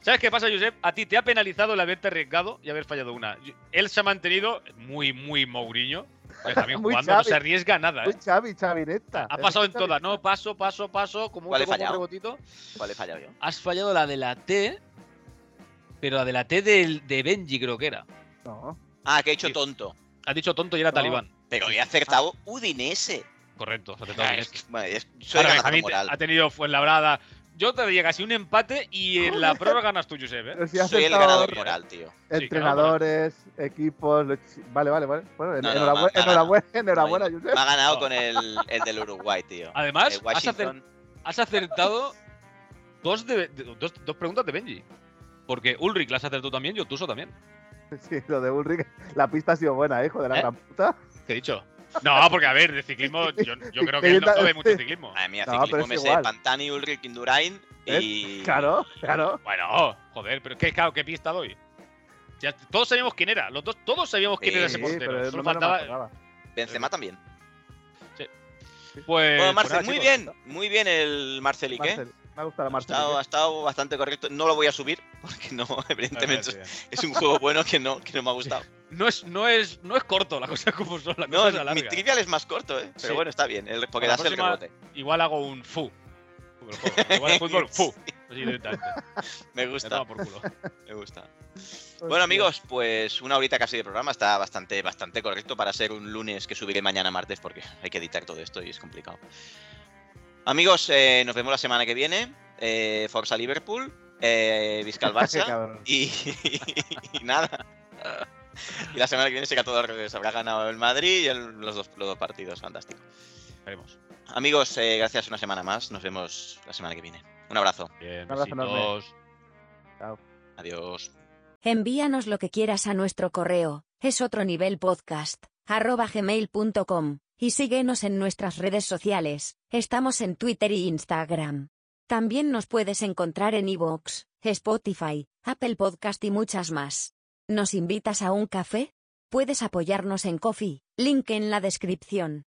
Speaker 4: ¿Sabes qué pasa, Josep? A ti te ha penalizado el haberte arriesgado y haber fallado una. Yo- Él se ha mantenido muy, muy Mourinho. Pues también
Speaker 3: Muy
Speaker 4: jugando, no
Speaker 3: Xavi.
Speaker 4: se arriesga nada. ¿eh?
Speaker 3: Uy, Xavi, Xavi, neta.
Speaker 4: Ha pasado en
Speaker 3: Xavi.
Speaker 4: todas, ¿no? Paso, paso, paso, como un
Speaker 1: ¿Cuál he
Speaker 4: toco, como un
Speaker 1: fallado?
Speaker 4: rebotito.
Speaker 1: ¿Cuál he fallado yo?
Speaker 4: Has fallado la de la T, pero la de la T del, de Benji creo que era. ¿Eh?
Speaker 3: No.
Speaker 1: Ah, que he hecho
Speaker 4: Sí. Ah.
Speaker 1: tonto.
Speaker 4: Has dicho tonto y era
Speaker 3: No.
Speaker 4: talibán.
Speaker 1: Pero he acertado Udinese.
Speaker 4: Correcto, has acertado
Speaker 1: Ah,
Speaker 4: bien
Speaker 1: es
Speaker 4: esto.
Speaker 1: que- bueno, es- soy
Speaker 4: Ahora,
Speaker 1: ganador
Speaker 4: Benjamín te-
Speaker 1: moral.
Speaker 4: ha tenido Fuenlabrada. Yo te diría casi un empate y en la prórroga ganas tú, Josep. ¿eh?
Speaker 3: Pero si has
Speaker 1: Soy el
Speaker 3: estado
Speaker 1: ganador moral, tío.
Speaker 3: Entrenadores, equipos. los chi- Vale, vale, vale. Bueno, en-
Speaker 1: No, no,
Speaker 3: enhorabuena,
Speaker 1: va- va
Speaker 3: enhorabuena, enhorabuena,
Speaker 1: Me
Speaker 3: Josep.
Speaker 1: ha ganado
Speaker 4: No.
Speaker 1: con el, el del Uruguay, tío.
Speaker 4: Oh. Además,
Speaker 1: El
Speaker 4: has, acer-
Speaker 1: Eh, Washington.
Speaker 4: has acertado dos, de- de- dos, dos preguntas de Benji. Porque Ulrich las acertó también y Otuso también.
Speaker 1: Ah.
Speaker 3: Sí, lo de Ulrich. La pista ha sido buena, ¿eh, hijo de la
Speaker 4: ¿Eh?
Speaker 3: gran puta.
Speaker 4: ¿Qué he dicho? No, porque a ver, de ciclismo, yo, yo creo que él no sabe mucho de ciclismo.
Speaker 1: Madre mía,
Speaker 3: No, pero
Speaker 1: ciclismo
Speaker 3: es
Speaker 1: me sé
Speaker 3: igual.
Speaker 1: Pantani, Ulrich, Indurain y.
Speaker 3: ¿eh? Claro, claro.
Speaker 4: Bueno, joder, pero qué, claro, qué pista doy. Ya, todos sabíamos quién era, los dos, todos sabíamos quién
Speaker 1: Sí,
Speaker 4: era
Speaker 3: Sí,
Speaker 4: ese portero.
Speaker 3: pero
Speaker 4: solo
Speaker 3: no me lo
Speaker 4: faltaba-
Speaker 3: acordaba.
Speaker 4: Eh,
Speaker 1: Benzema también. bueno,
Speaker 4: pues, pues nada,
Speaker 1: Marcel, muy
Speaker 4: chicos.
Speaker 1: bien. Muy bien el Marcelic, ¿eh?
Speaker 3: Marcel, Me ha gustado
Speaker 1: Ha estado, ha
Speaker 3: Marcel.
Speaker 1: estado bastante correcto. No lo voy a subir, porque no, evidentemente es- es un juego bueno que no, que no me ha gustado.
Speaker 4: No es, no es, no es corto la cosa como son, la
Speaker 1: No,
Speaker 4: cosa es
Speaker 1: mi
Speaker 4: larga.
Speaker 1: trivial es más corto, ¿eh? Pero
Speaker 4: Sí.
Speaker 1: bueno, está bien, el- porque
Speaker 4: Para la
Speaker 1: das el
Speaker 4: próxima-
Speaker 1: rebote.
Speaker 4: Igual hago un fu. Como el juego, Igual el fútbol, fu. Pues Así directamente.
Speaker 1: Me
Speaker 4: Me
Speaker 1: gusta,
Speaker 4: Pues toma por culo.
Speaker 1: me gusta. Bueno, amigos, pues una horita casi de programa está bastante, bastante correcto para ser un lunes que subiré mañana martes, porque hay que editar todo esto y es complicado. Amigos, eh, nos vemos la semana que viene. Eh, Forza Liverpool, eh, Vizca al
Speaker 3: Qué
Speaker 1: Barça.
Speaker 3: cabrón.
Speaker 1: Y, y nada. Y la semana que viene será todo al revés. Habrá ganado el Madrid y el- los, dos, los dos partidos. Fantástico.
Speaker 4: Veremos.
Speaker 1: Amigos, eh, gracias una semana más. Nos vemos la semana que viene. Un abrazo.
Speaker 4: Bien,
Speaker 3: Un abrazo enorme.
Speaker 4: besitos.
Speaker 1: Adiós.
Speaker 2: Envíanos lo que quieras a nuestro correo, es otro nivel podcast, arroba gmail.com, y síguenos en nuestras redes sociales, estamos en Twitter y Instagram. También nos puedes encontrar en iVoox, Spotify, Apple Podcast y muchas más. ¿Nos invitas a un café? Puedes apoyarnos en Coffee, link en la descripción.